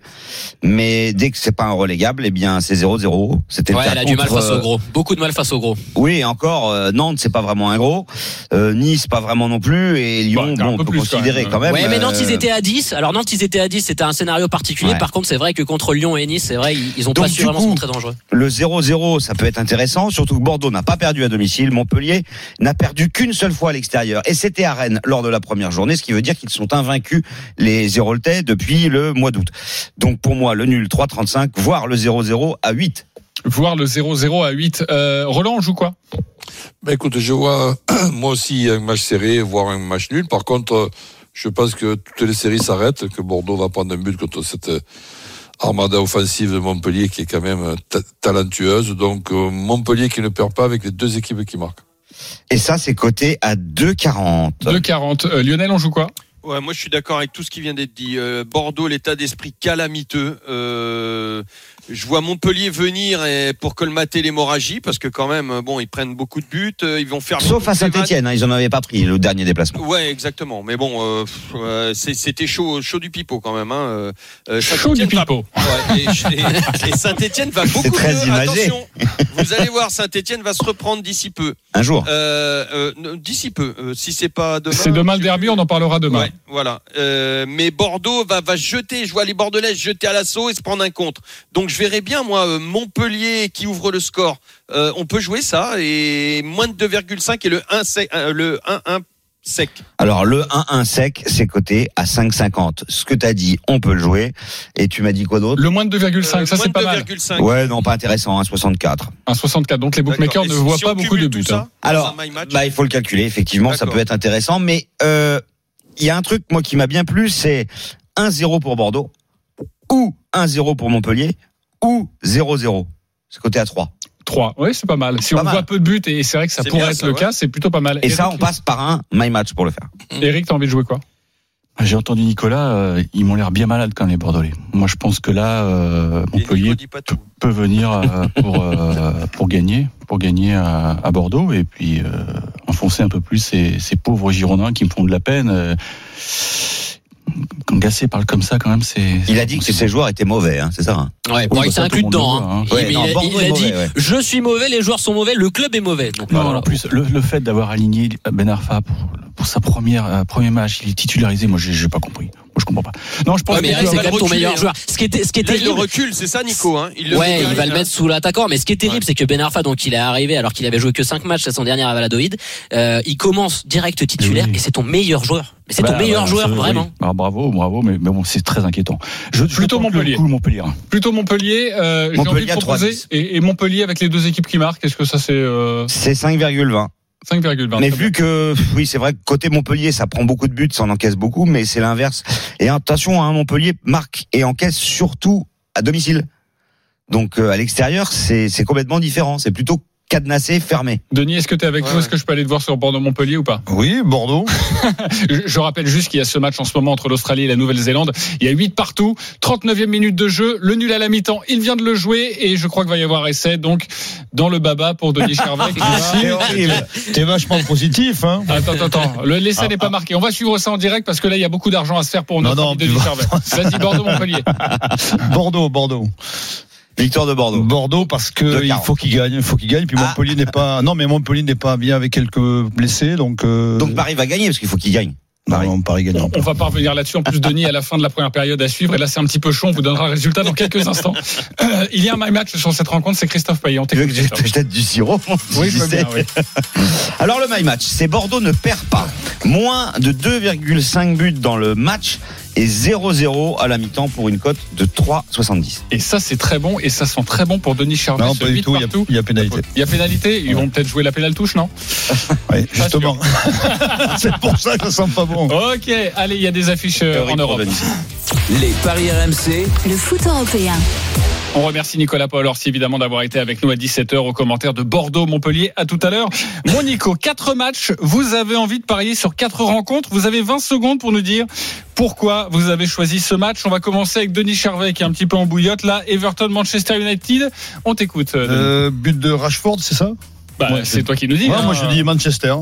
Mais dès que c'est pas un relégable, eh bien c'est 0-0. C'était le
Ouais,
cas
elle a du mal
contre,
face
euh,
au gros, beaucoup de mal face au gros.
Oui, et encore euh, Nantes, c'est pas vraiment un gros. Euh, nice, pas vraiment non plus. Et Lyon,
t'as Bah, un
bon, on
peu
peut
plus,
considérer
quand
quand même.
Ouais, mais Nantes,
euh,
ils étaient à 10. Alors, Nantes, ils étaient à 10, c'était un scénario particulier.
Ouais.
Par contre, c'est vrai que contre Lyon et Nice, c'est vrai, ils, ils ont
Donc,
pas su
du
vraiment
coup,
sont très dangereux.
Le 0-0, ça peut être intéressant, surtout que Bordeaux n'a pas perdu à domicile. Montpellier n'a perdu qu'une seule fois à l'extérieur. Et c'était à Rennes lors de la première journée, ce qui veut dire qu'ils sont invaincus, les Héroltais, depuis le mois d'août. Donc pour moi, le nul 3-35, voire le 0-0 à 8.
Voir le 0-0 à 8. Euh, Roland, on joue quoi
Bah, écoute, je vois moi aussi un match serré, voire un match nul. Par contre, euh, je pense que toutes les séries s'arrêtent, que Bordeaux va prendre un but contre cette euh, armada offensive de Montpellier qui est quand même euh, ta- talentueuse. Donc euh, Montpellier qui ne perd pas avec les deux équipes qui marquent.
Et ça, c'est coté à 2-40.
2-40. Euh, Lionel, on joue quoi
Ouais, moi je suis d'accord avec tout ce qui vient d'être dit. Euh, Bordeaux, l'état d'esprit calamiteux. Euh, je vois Montpellier venir et pour colmater l'hémorragie, parce que quand même, bon, ils prennent beaucoup de buts, euh, ils vont faire.
Sauf à Saint-Etienne, hein, ils n'en avaient pas pris le dernier déplacement.
Ouais, exactement. Mais bon, euh, pff, euh, c'est- c'était chaud, chaud du pipeau quand même. Hein. Euh,
Chaud du
Saint-Étienne va-
pipeau.
Ouais, et, Saint-Etienne va beaucoup
très
mieux.
imagé.
Attention, vous allez voir, Saint-Etienne va se reprendre d'ici peu.
Un jour.
Euh, euh, non, d'ici peu, euh, si c'est pas demain.
C'est demain le
je-
derby, on en parlera demain.
Ouais, voilà. Euh, mais Bordeaux va, va se jeter. Je vois les Bordelais se jeter à l'assaut et se prendre un contre. Donc je verrai bien, moi, euh, Montpellier qui ouvre le score. Euh, on peut jouer ça et moins de 2,5 et le 1 sec. euh, Le 1-1 sec.
Alors le 1-1 sec, c'est coté à 5,50. Ce que t'as dit, on peut le jouer. Et tu m'as dit quoi d'autre
Le moins de 2,5,
Euh,
ça
moins
c'est
de
pas mal.
2,5.
Ouais, non, pas intéressant, hein, 1,64.
Un 64. Donc les bookmakers
D'accord.
ne
Et si-
voient
si
pas
on
beaucoup
cumule
de
tout
buts. hein.
ça,
Alors,
dans un my match,
bah, il faut le calculer, effectivement, ça
D'accord.
peut être intéressant. Mais euh, il y a un truc, moi, qui m'a bien plu, c'est 1-0 pour Bordeaux, ou 1-0 pour Montpellier, ou 0-0. C'est coté à 3.
3. Oui, c'est pas mal. Si
Pas
on
mal.
voit peu de buts, et c'est vrai que ça
C'est
pourrait
bien,
être
ça,
le
ouais.
cas, c'est plutôt pas mal.
Et ça,
Eric-
on passe par un my match pour le faire.
Mm.
Eric, t'as envie de jouer quoi
Ah, J'ai entendu Nicolas, euh, ils m'ont l'air bien malades quand même, les Bordelais. Moi, je pense que là, euh,
et Nico
Montpellier
dit pas
peut,
tout.
peut venir euh, pour euh, pour gagner, pour gagner à, à Bordeaux et puis euh, enfoncer un peu plus ces, ces pauvres Girondins qui me font de la peine. euh. Quand Gasset parle comme ça, quand même, c'est.
Il a dit que ses joueurs étaient mauvais, hein, c'est ça hein
Ouais, bon,
bah
il s'est
ça,
inclus
tout le
dedans.
monde le
hein.
voit, hein.
Il-
Ouais,
mais
non,
il a-
Bordeaux
il a
est
dit
mauvais, ouais.
Je suis mauvais, les joueurs sont mauvais, le club est mauvais. Donc,
Non,
voilà.
en plus, le, le fait d'avoir aligné Ben Arfa pour, pour sa première euh, premier match, il est titularisé. Moi, j'ai j'ai pas compris. Moi, je comprends pas. Non, je pense
Ouais, mais
que
Eric,
va
c'est
le
quand même ton
reculer,
meilleur
hein.
joueur. Ce qui était, ce qui est
Là, il le
terrible.
recule, c'est ça, Nico. Hein. Il le met
ouais, il va
derrière,
le
hein.
mettre sous l'attaquant. Mais ce qui est terrible, c'est que Ben Arfa, donc il est arrivé alors qu'il avait joué que 5 matchs, c'est son dernier à Valadoïde. Euh, il commence direct titulaire
Oui.
et c'est ton meilleur joueur. Mais c'est
Bah,
ton meilleur
voilà,
joueur,
ça, oui.
vraiment.
Ah, bravo, bravo, mais, mais bon, c'est très inquiétant. Je, je
Plutôt
tente le
Montpellier.
coup Montpellier. hein.
Plutôt Montpellier, euh, j'ai envie
Montpellier
de
à
proposer.
3-10.
Et, et Montpellier avec les deux équipes qui marquent, est-ce que ça c'est euh,
C'est 5,20.
5,20
Mais
Ben, très bien.
vu que, oui, c'est vrai que côté Montpellier, ça prend beaucoup de buts, ça en encaisse beaucoup, mais c'est l'inverse. Et attention, hein, Montpellier marque et encaisse surtout à domicile. Donc euh, à l'extérieur, c'est c'est complètement différent. C'est plutôt cadenassé, fermé.
Denis, est-ce que t'es avec
Ouais,
nous
ouais.
Est-ce que je peux aller te voir sur Bordeaux-Montpellier ou pas
Oui, Bordeaux.
Je- Je rappelle juste qu'il y a ce match en ce moment entre l'Australie et la Nouvelle-Zélande. Il y a 8 partout, 39e minute de jeu, le nul à la mi-temps, il vient de le jouer et je crois qu'il va y avoir essai donc dans le baba pour Denis Charvet.
Ah,
qui va-
C'est horrible. T'es vachement positif, hein.
Attends, attends, attends. Le- L'essai n'est pas marqué. On va suivre ça en direct parce que là, il y a beaucoup d'argent à se faire pour
Ah, Non,
notre
non,
ami
tu
Denis
vas-
Charvet. Vas-y, Bordeaux-Montpellier.
Bordeaux, Bordeaux.
Victoire de Bordeaux.
Bordeaux parce
De
que il
quarante.
faut qu'il gagne, il faut qu'il gagne. Puis
Ah.
Montpellier n'est pas, non mais Montpellier n'est pas bien avec quelques blessés, donc. euh,
Donc Paris va gagner parce qu'il faut qu'il gagne.
non,
Paris.
non, Paris gagnant.
On va pas revenir là-dessus. En plus, Denis, à la fin de la première période à suivre, et là, c'est un petit peu chaud. On vous donnera le résultat dans quelques instants. Euh, il y a un my match sur cette rencontre. C'est Christophe Payet. On
Tu veux
t'écoute,
que je
Christophe.
te jette du sirop
Oui, je veux bien, oui.
Alors le my match, c'est Bordeaux ne perd pas. Moins de 2,5 buts dans le match et 0-0 à la mi-temps pour une cote de 3,70.
Et ça, c'est très bon. Et ça sent très bon pour Denis Charvet.
Non,
Ce
pas du
huit
tout. Il y a-
partout.
il y, a pénalité.
Il y a pénalité. Ils vont peut-être jouer la pénale touche, non
Ouais, justement. C'est pour ça que ça sent pas bon.
Ok. Allez, il y a des affiches euh,
Théorique
en
pour
Europe.
Denis.
Les paris RMC.
Le foot européen.
On remercie Nicolas Paul Orsi évidemment d'avoir été avec nous à 17h au commentaire de Bordeaux-Montpellier. À tout à l'heure. Mon Nico, 4 matchs, vous avez envie de parier sur quatre rencontres. Vous avez 20 secondes pour nous dire pourquoi vous avez choisi ce match. On va commencer avec Denis Charvet qui est un petit peu en bouillotte là. Everton-Manchester United. On t'écoute. euh, Denis.
Euh, but de Rashford, c'est ça
Bah,
moi,
c'est
je-
toi qui nous dis.
Ouais,
hein.
Moi, je dis Manchester.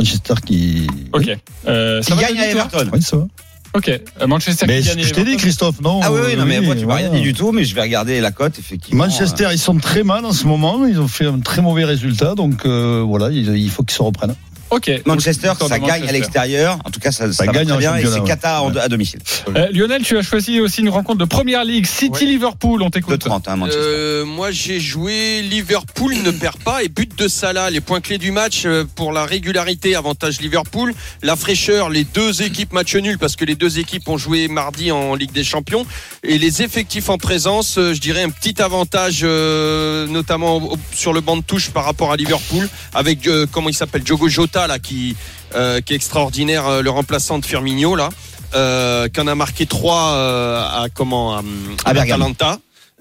Manchester qui.
Ok. Euh, ça
Qui
va,
gagne
Denis,
à
toi
Everton.
Oui, ça va.
Ok. Euh, Manchester
Mais
qui gagne. à
je t'ai dit,
Everton.
Christophe, non
Ah oui, oui, non, mais moi, tu m'as
voilà.
rien dit du tout, mais je vais regarder la cote, effectivement.
Manchester, ils
euh,
sont très mal en ce moment. Ils ont fait un très mauvais résultat. Donc euh, voilà, il il faut qu'ils se reprennent.
Ok.
Euh, Manchester,
Victoire
ça
de
gagne à
Manchester.
l'extérieur. En tout cas, ça, ça, va
gagne
très
en
bien. Et
championnat,
c'est
ouais.
Qatar en- à domicile.
Euh, Lionel, tu as choisi aussi une rencontre de Première League, City-Liverpool. On t'écoute.
2,30, hein, Manchester.
Euh, moi, j'ai joué Liverpool ne perd pas et but de Salah. Les points clés du match euh, pour la régularité, avantage Liverpool. La fraîcheur, les deux équipes match nul parce que les deux équipes ont joué mardi en Ligue des Champions. Et les effectifs en présence, euh, je dirais un petit avantage, euh, notamment au- au- sur le banc de touche par rapport à Liverpool, avec euh, comment il s'appelle, Diogo Jota là, qui euh, qui est extraordinaire, euh, le remplaçant de Firmino là, euh, qui en a marqué trois euh, à comment à, hum,
À Bergame.
Atalanta.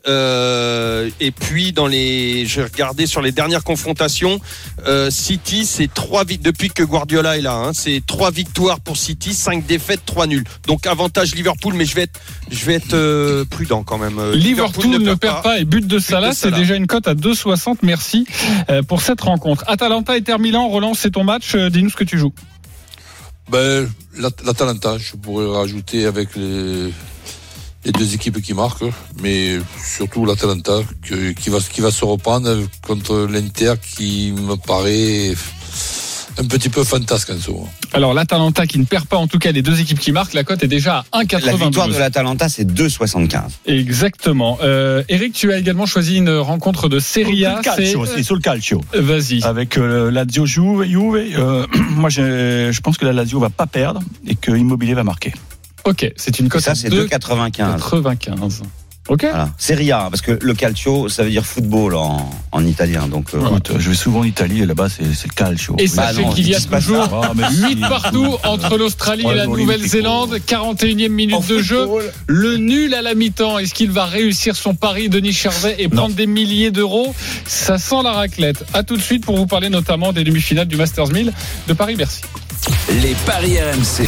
Euh, et puis dans les, j'ai regardé sur les dernières confrontations, euh, City c'est trois vic- depuis que Guardiola est là, hein, c'est trois victoires pour City, cinq défaites, trois nuls. Donc avantage Liverpool, mais je vais être, je vais être euh, prudent quand même. Euh,
Liverpool ne perd pas et but de Salah, c'est
Salah.
déjà une cote à 2,60. Merci euh, pour cette rencontre. Atalanta Inter Milan, Roland, c'est ton match. euh, Dis-nous ce que tu joues.
Ben, l'At- l'Atalanta, je pourrais rajouter avec les, les deux équipes qui marquent, mais surtout l'Atalanta que- qui, va, qui va se reprendre contre l'Inter qui me paraît un petit peu fantasque en ce moment.
Alors l'Atalanta qui ne perd pas, en tout cas les deux équipes qui marquent, la cote est déjà à
La victoire de
1,92.
l'Atalanta, c'est 2,75.
Exactement. Euh, Eric, tu as également choisi une rencontre de Serie A.
le calcio, c'est sur le calcio.
c'est- Vas-y.
Avec euh, Lazio Juve, Juve, euh, moi je, je pense que la Lazio va pas perdre et que Immobilier va marquer.
Ok, c'est une
Et
cote
ça,
à
c'est 2,95.
2,95. Ok.
Voilà. Serie A, parce que le calcio, ça veut dire football en, en italien. Donc, euh,
Écoute, je vais souvent en Italie et là-bas c'est c'est le calcio.
Et
Oui.
sachez
Bah non,
qu'il y a
il se passe Oh,
toujours
Ah, mais si.
8 partout entre l'Australie et
Ouais,
la
bon,
Nouvelle-Zélande. 41e minute de jeu. Le nul à la mi-temps. Est-ce qu'il va réussir son pari, Denis Charvet, et prendre des milliers d'euros Ça sent la raclette. À tout de suite pour vous parler notamment des demi-finales du Masters 1000 de Paris-Bercy.
Les paris RMC.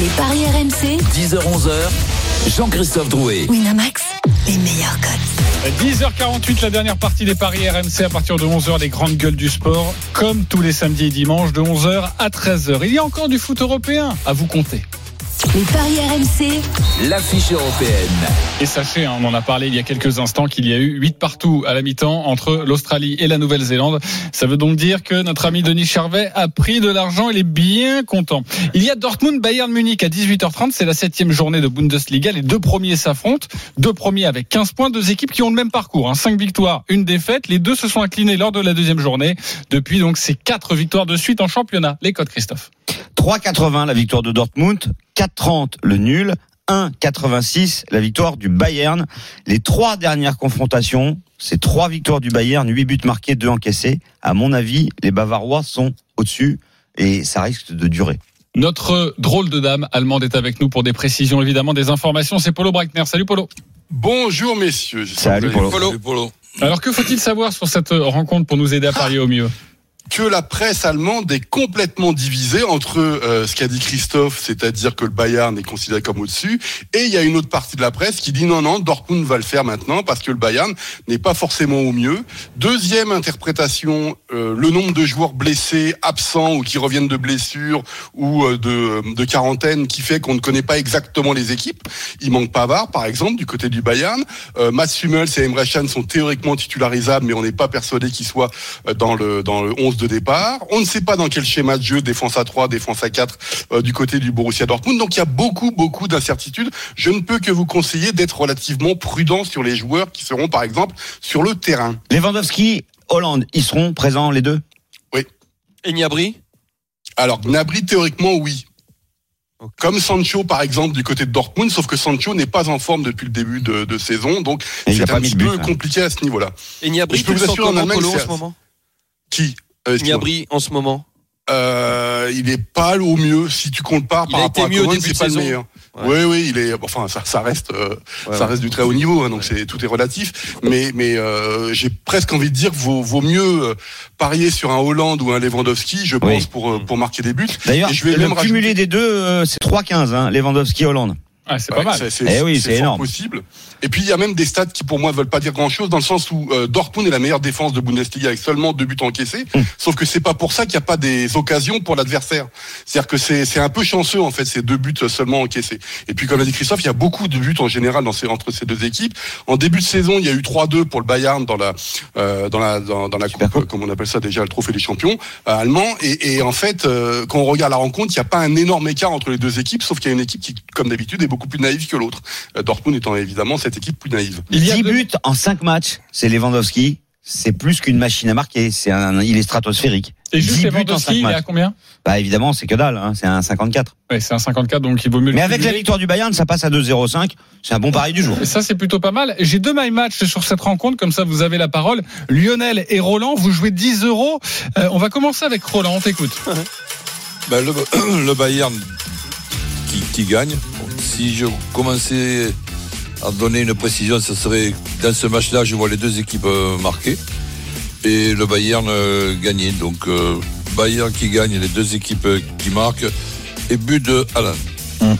Les paris RMC,
10h-11h. Jean-Christophe Drouet.
Winamax, les meilleurs cotes.
10h48, la dernière partie des paris RMC à partir de 11h, les grandes gueules du sport, comme tous les samedis et dimanches de 11h à 13h. Il y a encore du foot européen à vous compter.
Les paris RMC,
L'affiche européenne.
Et sachez, hein, on en a parlé il y a quelques instants, qu'il y a eu 8 partout à la mi-temps entre l'Australie et la Nouvelle-Zélande. Ça veut donc dire que notre ami Denis Charvet a pris de l'argent, il est bien content. Il y a Dortmund-Bayern Munich à 18h30, c'est la septième journée de Bundesliga, les deux premiers s'affrontent, deux premiers avec 15 points, deux équipes qui ont le même parcours, hein. 5 victoires, une défaite, les deux se sont inclinés lors de la deuxième journée, depuis donc ces quatre victoires de suite en championnat. Les codes Christophe.
3,80 la victoire de Dortmund, 4,30 le nul, 1,86 la victoire du Bayern. Les trois dernières confrontations, c'est trois victoires du Bayern, 8 buts marqués, 2 encaissés. À mon avis, les Bavarois sont au-dessus et ça risque de durer.
Notre drôle de dame allemande est avec nous pour des précisions, évidemment, des informations. C'est Polo Brackner. Salut Polo.
Bonjour messieurs.
Salut, Polo.
Salut, Polo.
Alors que faut-il savoir sur cette rencontre pour nous aider à parier au mieux
que la presse allemande est complètement divisée entre euh, ce qu'a dit Christophe, c'est-à-dire que le Bayern est considéré comme au-dessus, et il y a une autre partie de la presse qui dit non, non, Dortmund va le faire maintenant parce que le Bayern n'est pas forcément au mieux. Deuxième interprétation, euh, le nombre de joueurs blessés, absents ou qui reviennent de blessures ou euh, de, de quarantaine qui fait qu'on ne connaît pas exactement les équipes. Il manque Pavard, par exemple, du côté du Bayern. Euh, Mats Hummels et Emre Can sont théoriquement titularisables, mais on n'est pas persuadé qu'ils soient euh, dans le, dans le 11 de départ. On ne sait pas dans quel schéma de jeu, défense à 3, défense à 4, euh, du côté du Borussia Dortmund. Donc il y a beaucoup, beaucoup d'incertitudes. Je ne peux que vous conseiller d'être relativement prudent sur les joueurs qui seront, par exemple, sur le terrain.
Lewandowski, Hollande, ils seront présents les deux
Ignabri
Alors, Gnabry, théoriquement, oui. Comme Sancho, par exemple, du côté de Dortmund, sauf que Sancho n'est pas en forme depuis le début de, de saison, donc
Et il a
c'est
pas
un
mis
petit
de but,
peu
hein.
compliqué à ce niveau-là.
Ignabri,
Je peux
tu le
vous
sens
assurer, en
comment
Allemagne,
Polo en
c'est-
ce moment
Qui Euh, excuse-moi.
Ignabri en ce moment
Euh, il est pas au mieux si tu comptes pas
Il
par
a
rapport
été
à
mieux au
Coman,
début de
c'est pas le
saison.
meilleur. Oui,
Ouais.
oui, il est. Enfin, ça, ça reste, euh,
Ouais,
ça
ouais.
reste du très haut niveau, hein, donc c'est tout est relatif. Mais, mais euh, j'ai presque envie de dire vaut, vaut mieux euh, parier sur un Hollande ou un Lewandowski, je pense, pour euh, pour marquer des buts.
D'ailleurs,
Et je vais
le
même rajouter-
cumulé des deux, euh, c'est 3,15, hein, Lewandowski, Hollande.
Ah, c'est
Ouais,
pas mal.
c'est-
Eh oui, c'est
fort
énorme.
possible. Et puis il y a même des stats qui pour moi veulent pas dire grand-chose dans le sens où euh, Dortmund est la meilleure défense de Bundesliga avec seulement deux buts encaissés.
Mmh.
Sauf que c'est pas pour ça qu'il n'y a pas des occasions pour l'adversaire. C'est-à-dire que c'est c'est un peu chanceux en fait ces deux buts seulement encaissés. Et puis comme l'a dit Christophe, il y a beaucoup de buts en général dans ces, entre ces deux équipes. En début de saison, il y a eu 3-2 pour le Bayern dans la euh, dans la dans, dans la coupe, euh, comme on appelle ça déjà le trophée des champions euh, allemand. Et, et en fait, euh, quand on regarde la rencontre, il n'y a pas un énorme écart entre les deux équipes, sauf qu'il y a une équipe qui, comme d'habitude, est beaucoup plus naïve que l'autre. Euh, Dortmund étant évidemment cette équipe plus naïve.
Il y a
10
deux-
buts en 5 matchs, c'est Lewandowski. C'est plus qu'une machine à marquer. C'est un, il est stratosphérique.
Et juste
10 buts en
Lewandowski,
cinq
il est à
matchs.
combien
Bah évidemment, c'est que dalle. Hein, c'est un 54.
ouais, C'est un 54, donc il vaut mieux le
Mais avec la
cumuler.
victoire du Bayern, ça passe à 2-0-5. C'est un bon pari du jour.
Et Ça, c'est plutôt pas mal. J'ai deux my match sur cette rencontre, comme ça vous avez la parole. Lionel et Roland, vous jouez 10 euros. Euh, on va commencer avec Roland, on t'écoute.
Ben, le, le Bayern qui, qui gagne. Bon, Si je commençais à donner une précision, ce serait dans ce match-là, je vois les deux équipes euh, marquer et le Bayern euh, gagner. Donc euh, Bayern qui gagne, les deux équipes euh, qui marquent et but de Alain.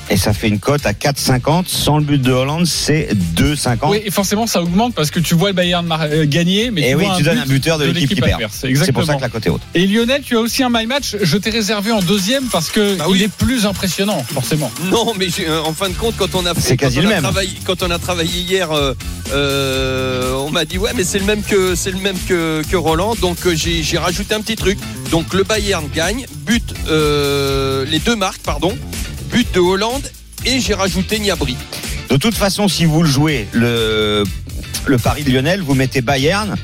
Et ça fait une cote à 4,50. Sans le but de Hollande, c'est 2,50.
Oui, et forcément, ça augmente parce que tu vois le Bayern mar- euh, gagner, mais
et
tu
Eh oui,
vois
tu donnes un buteur de, l'équipe qui perd.
adverse.
C'est pour ça
Exactement.
que la cote est haute.
Et Lionel, tu as aussi un my match. Je t'ai réservé en deuxième parce que
Bah
oui.
il est plus impressionnant, forcément.
Non, mais j'ai- euh, en fin de compte, quand on a fait,
C'est
quand
quasi
on
le
a
même.
travaillé, quand on a travaillé hier, euh, euh, on m'a dit ouais, mais c'est le même que c'est le même que, que Roland. Donc euh, j'ai j'ai rajouté un petit truc. Donc le Bayern gagne, but euh, les deux marques, pardon, but de Hollande et j'ai rajouté Niabri.
De toute façon, si vous le jouez, le, le pari de Lionel, vous mettez Bayern.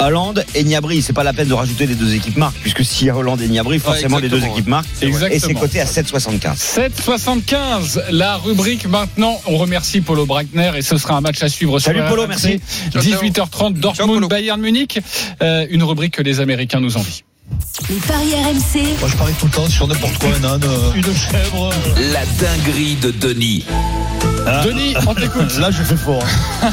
Hollande et Niabri, c'est pas la peine de rajouter les deux équipes marques, puisque s'il y a Hollande et Niabri, forcément les deux
exactement,
équipes marques.
Exactement.
Et c'est coté à 7,75.
7,75, la rubrique maintenant. On remercie Polo Brackner et ce sera un match à suivre. sur
Salut, Polo,
RMC.
merci.
18h30, Dortmund,
Polo.
Bayern Munich. Euh, une rubrique que les Américains nous envient.
Les paris RMC,
Moi, je parie tout le temps sur n'importe quoi, un âne. euh. Une chèvre.
La dinguerie de Denis.
euh. Denis, on t'écoute.
Ah, Là, je fais fort. hein.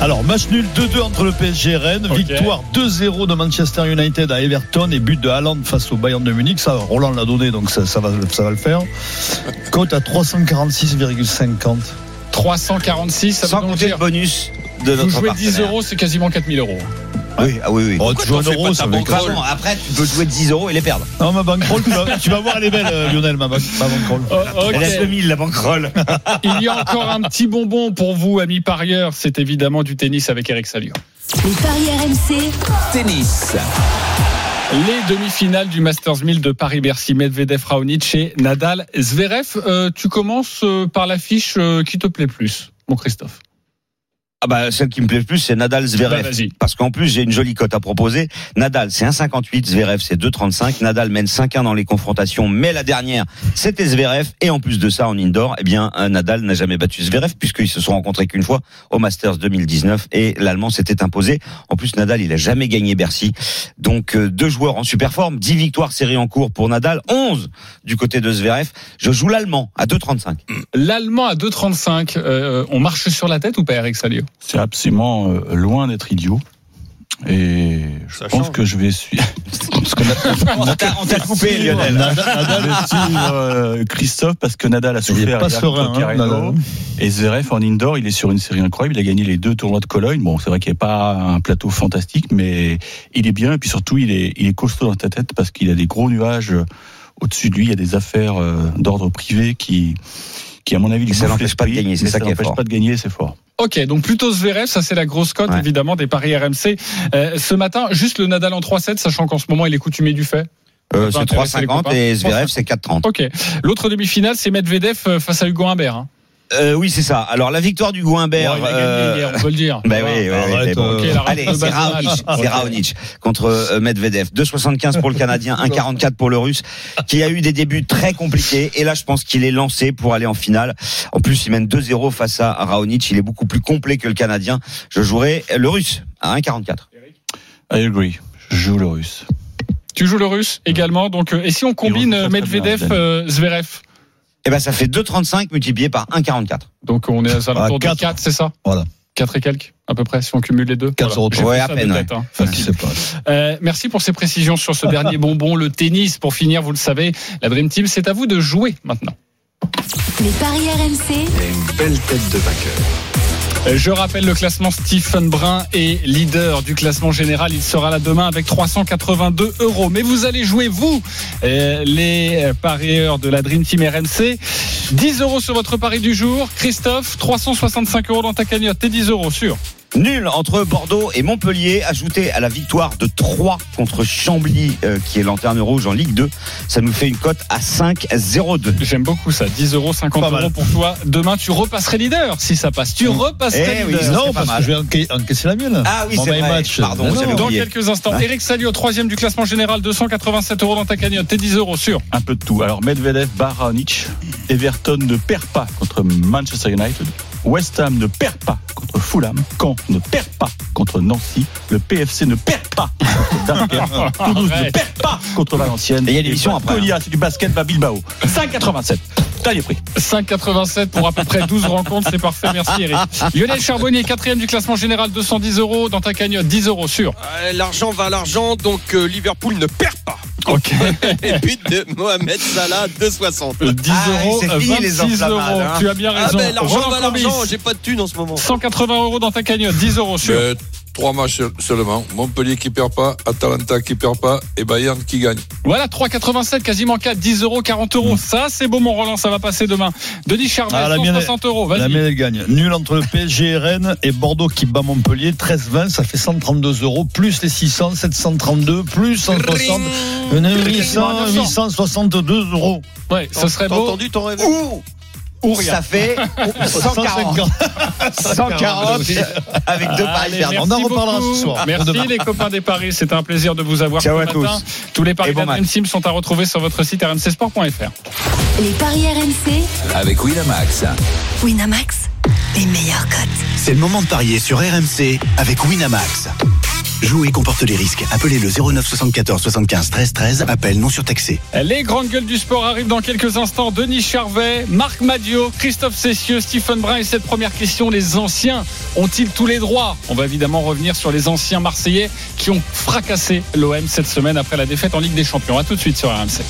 Alors, match nul 2-2 entre le PSG et Rennes.
Ok.
Victoire 2-0 de Manchester United à Everton et but de Haaland face au Bayern de Munich. Ça, Roland l'a donné, donc ça, ça va, ça va le faire. Cote à 346,50.
346, ça
Sans
veut donc
compter
dire.
le bonus de
Vous
notre
jouez 10
partenaire.
euros, c'est quasiment 4000 euros.
Oui, ah oui, oui.
Oh, tu joues un
t'en fais pas
euro,
ta
ça va
banque
être-
Pardon, après, tu peux jouer 10 euros et les perdre.
Non, ma bankroll, tu vas, tu vas voir, elle est belle, euh, Lionel, ma, ban- ma bankroll.
Oh, ok.
Elle a 2000, la banquerolle.
Il y a encore un petit bonbon pour vous, amis parieurs. C'est évidemment du tennis avec Eric Salio.
les paris RMC,
Tennis.
Les demi-finales du Masters 1000 de Paris-Bercy, Medvedev, Raonic et Nadal, Zverev. Euh, tu commences euh, par l'affiche euh, qui te plaît plus, mon Christophe.
Ah bah, celle qui me plaît le plus, c'est Nadal
Bah,
Zverev.
vas-y.
Parce qu'en plus, j'ai une jolie cote à proposer. Nadal, c'est 1,58. Zverev, c'est 2,35. Nadal mène 5-1 dans les confrontations, mais la dernière, c'était Zverev. Et en plus de ça, en indoor, eh bien, euh, Nadal n'a jamais battu Zverev puisqu'ils se sont rencontrés qu'une fois au Masters 2019 et l'Allemand s'était imposé. En plus, Nadal, il a jamais gagné Bercy. Donc, euh, deux joueurs en super forme, 10 victoires séries en cours pour Nadal, 11 du côté de Zverev. Je joue l'Allemand à 2,35.
L'Allemand à 2,35, euh, on marche sur la tête ou pas, Eric Salio
C'est absolument euh, loin d'être idiot. Et je
Ça
pense
change.
que je vais suivre. Parce que
On t'a on t'a coupé,
Nadal,
Lionel.
Nadal va suivre, euh, Christophe parce que Nadal a
Il est
souffert.
pas
hier
serein,
contre
hein,
Carreno.
Nadal.
Et Zverev en indoor, il est sur une série incroyable. Il a gagné les deux tournois de Cologne. Bon, c'est vrai qu'il n'y a pas un plateau fantastique, mais il est bien. Et puis surtout, il est, il est costaud dans ta tête parce qu'il a des gros nuages euh, au-dessus de lui. Il y a des affaires euh, d'ordre privé qui, qui, à mon avis, lui
Et ça
bouffent
l'empêche pas de
l'esprit,
gagner, c'est
mais
ça qui est
l'empêche
fort.
pas de gagner, c'est fort.
Ok, donc plutôt Zverev, ça c'est la grosse cote
Ouais.
évidemment des paris RMC. Euh, ce matin, juste le Nadal en 3-7, sachant qu'en ce moment il est coutumier du fait.
Euh,
Ça
c'est
peut intéresser les
3,50
copains.
et Zverev, c'est 4,30.
Ok, l'autre demi-finale c'est Medvedev euh, face à Hugo Humbert. hein.
Euh, oui, c'est ça. Alors, la victoire du Gouimbert.
Bon, Oh, il a gagné hier, on peut le dire.
Ben oui, oui, oui,
Arrête,
mais bon.
euh,
Ok, la
Allez,
reine de
c'est
Bazarane.
Raonic, c'est Raonic contre euh, Medvedev. 2,75 pour le Canadien, 1,44 pour le Russe, qui a eu des débuts très compliqués. Et là, je pense qu'il est lancé pour aller en finale. En plus, il mène 2-0 face à Raonic. Il est beaucoup plus complet que le Canadien. Je jouerai le Russe à 1,44.
I agree. Je joue le russe.
Tu joues le russe également. Donc, euh, et si on combine
rejoue
euh,
très, très
Medvedev,
bien, Daniel.
euh, Zverev
Eh ben, ça fait 2,35 multiplié par 1,44.
Donc on est à
Ah,
l'entour de
quatre.
4, c'est ça
Voilà.
4 et quelques, à peu près, si on cumule les deux.
Quatre euros.
J'ai
Ouais,
fait
à
ça
peine,
de
ouais.
tête, hein. Facile.
Je sais pas.
Euh, merci pour ces précisions sur ce dernier bonbon, le tennis. Pour finir, vous le savez, la Dream Team, c'est à vous de jouer maintenant.
les paris RMC,
Euh, Je rappelle le classement Stephen Brun est leader du classement général. Il sera là demain avec 382 euros. Mais vous allez jouer, vous, euh, les euh, parieurs de la Dream Team RMC. 10 euros sur votre pari du jour. Christophe, 365 euros dans ta cagnotte. T'es 10 euros, sûr.
Nul entre Bordeaux et Montpellier, ajouté à la victoire de 3 contre Chambly, euh, qui est lanterne rouge en Ligue 2. Ça nous fait une cote à 5,02.
J'aime beaucoup ça. 10 euros, 50
Pas mal.
euros pour toi. Demain, tu repasserais leader si ça passe. Tu repasserais
Eh oui,
leader.
c'est
Non,
pas
parce
mal.
que je vais enca- encaisser la mienne.
Ah oui,
Dans
c'est
mes
vrai.
matchs.
Pardon,
Non,
j'avais
bah, non.
Dans
oublié.
quelques instants, Eric Salio, troisième du classement général, 287 euros dans ta cagnotte. T'es 10 euros, sûr.
Un peu de tout. Alors Medvedev, Baranic, Everton ne perd pas contre Manchester United, West Ham ne perd pas contre Fulham, Caen ne perd pas contre Nancy, le PFC ne perd pas contre Dunkerque, Toulouse ne
Arrête.
perd pas contre Valenciennes.
Et il y a l'émission
Et
après, hein.
Basconia, c'est du basket, va Bilbao. 5,87. T'as les prix.
5,87 pour à peu près 12 rencontres, c'est parfait, merci Eric. Lionel Charbonnier, quatrième du classement général, 210 euros dans ta cagnotte, 10 euros sûr.
Euh, L'argent va à l'argent, donc euh, Liverpool ne perd pas.
Ok.
Et puis de Mohamed Salah, 2,60.
10 Euh, euros,
Ah c'est fini, les
26 euros.
enflammades, hein.
Tu as bien
Ah
raison.
ben l'argent
Roland
va à l'argent,
Courbis,
j'ai pas de thune en ce moment.
180 euros dans ta cagnotte, 10 euros sûr.
Mais Trois matchs seul- seulement. Montpellier qui perd pas, Atalanta qui perd pas et Bayern qui gagne.
Voilà, 3,87, quasiment 4, 10 euros, 40 euros. Ça, c'est beau, mon Roland, ça va passer demain. Denis Charbonnier,
Mm. Ah, la mienne est-
160 euros,
La
vas-y.
mienne, elle gagne. Nul entre le PSG et Rennes et Bordeaux qui bat Montpellier. 13-20, ça fait 132 euros, plus les 600, 732, plus 160, euh, 800, 862 euros.
Ouais, ce serait
T'as
beau.
entendu ton rêve
Ou,
Ou rien.
ça fait 140. 140 avec deux paris
Allez,
perdants.
on en
merci
reparlera
beaucoup.
ce soir.
Merci
Demain.
les copains des paris, c'était un plaisir de vous avoir
Ciao
ce
à
matin. Tous les paris
Et bon match.
d'Adrien Sim sont à retrouver sur votre site rmcsport.fr.
Les paris RMC,
Avec Winamax.
Winamax, les meilleurs cotes.
C'est le moment de parier sur RMC avec Winamax. Jouer comporte les risques. Appelez le 09 74 75 13 13. Appel non surtaxé.
Les grandes gueules du sport arrivent dans quelques instants. Denis Charvet, Marc Madio, Christophe Cessieux, Stephen Brun. Et cette première question, les anciens ont-ils tous les droits On va évidemment revenir sur les anciens Marseillais qui ont fracassé l'OM cette semaine après la défaite en Ligue des Champions. A tout de suite sur RMC.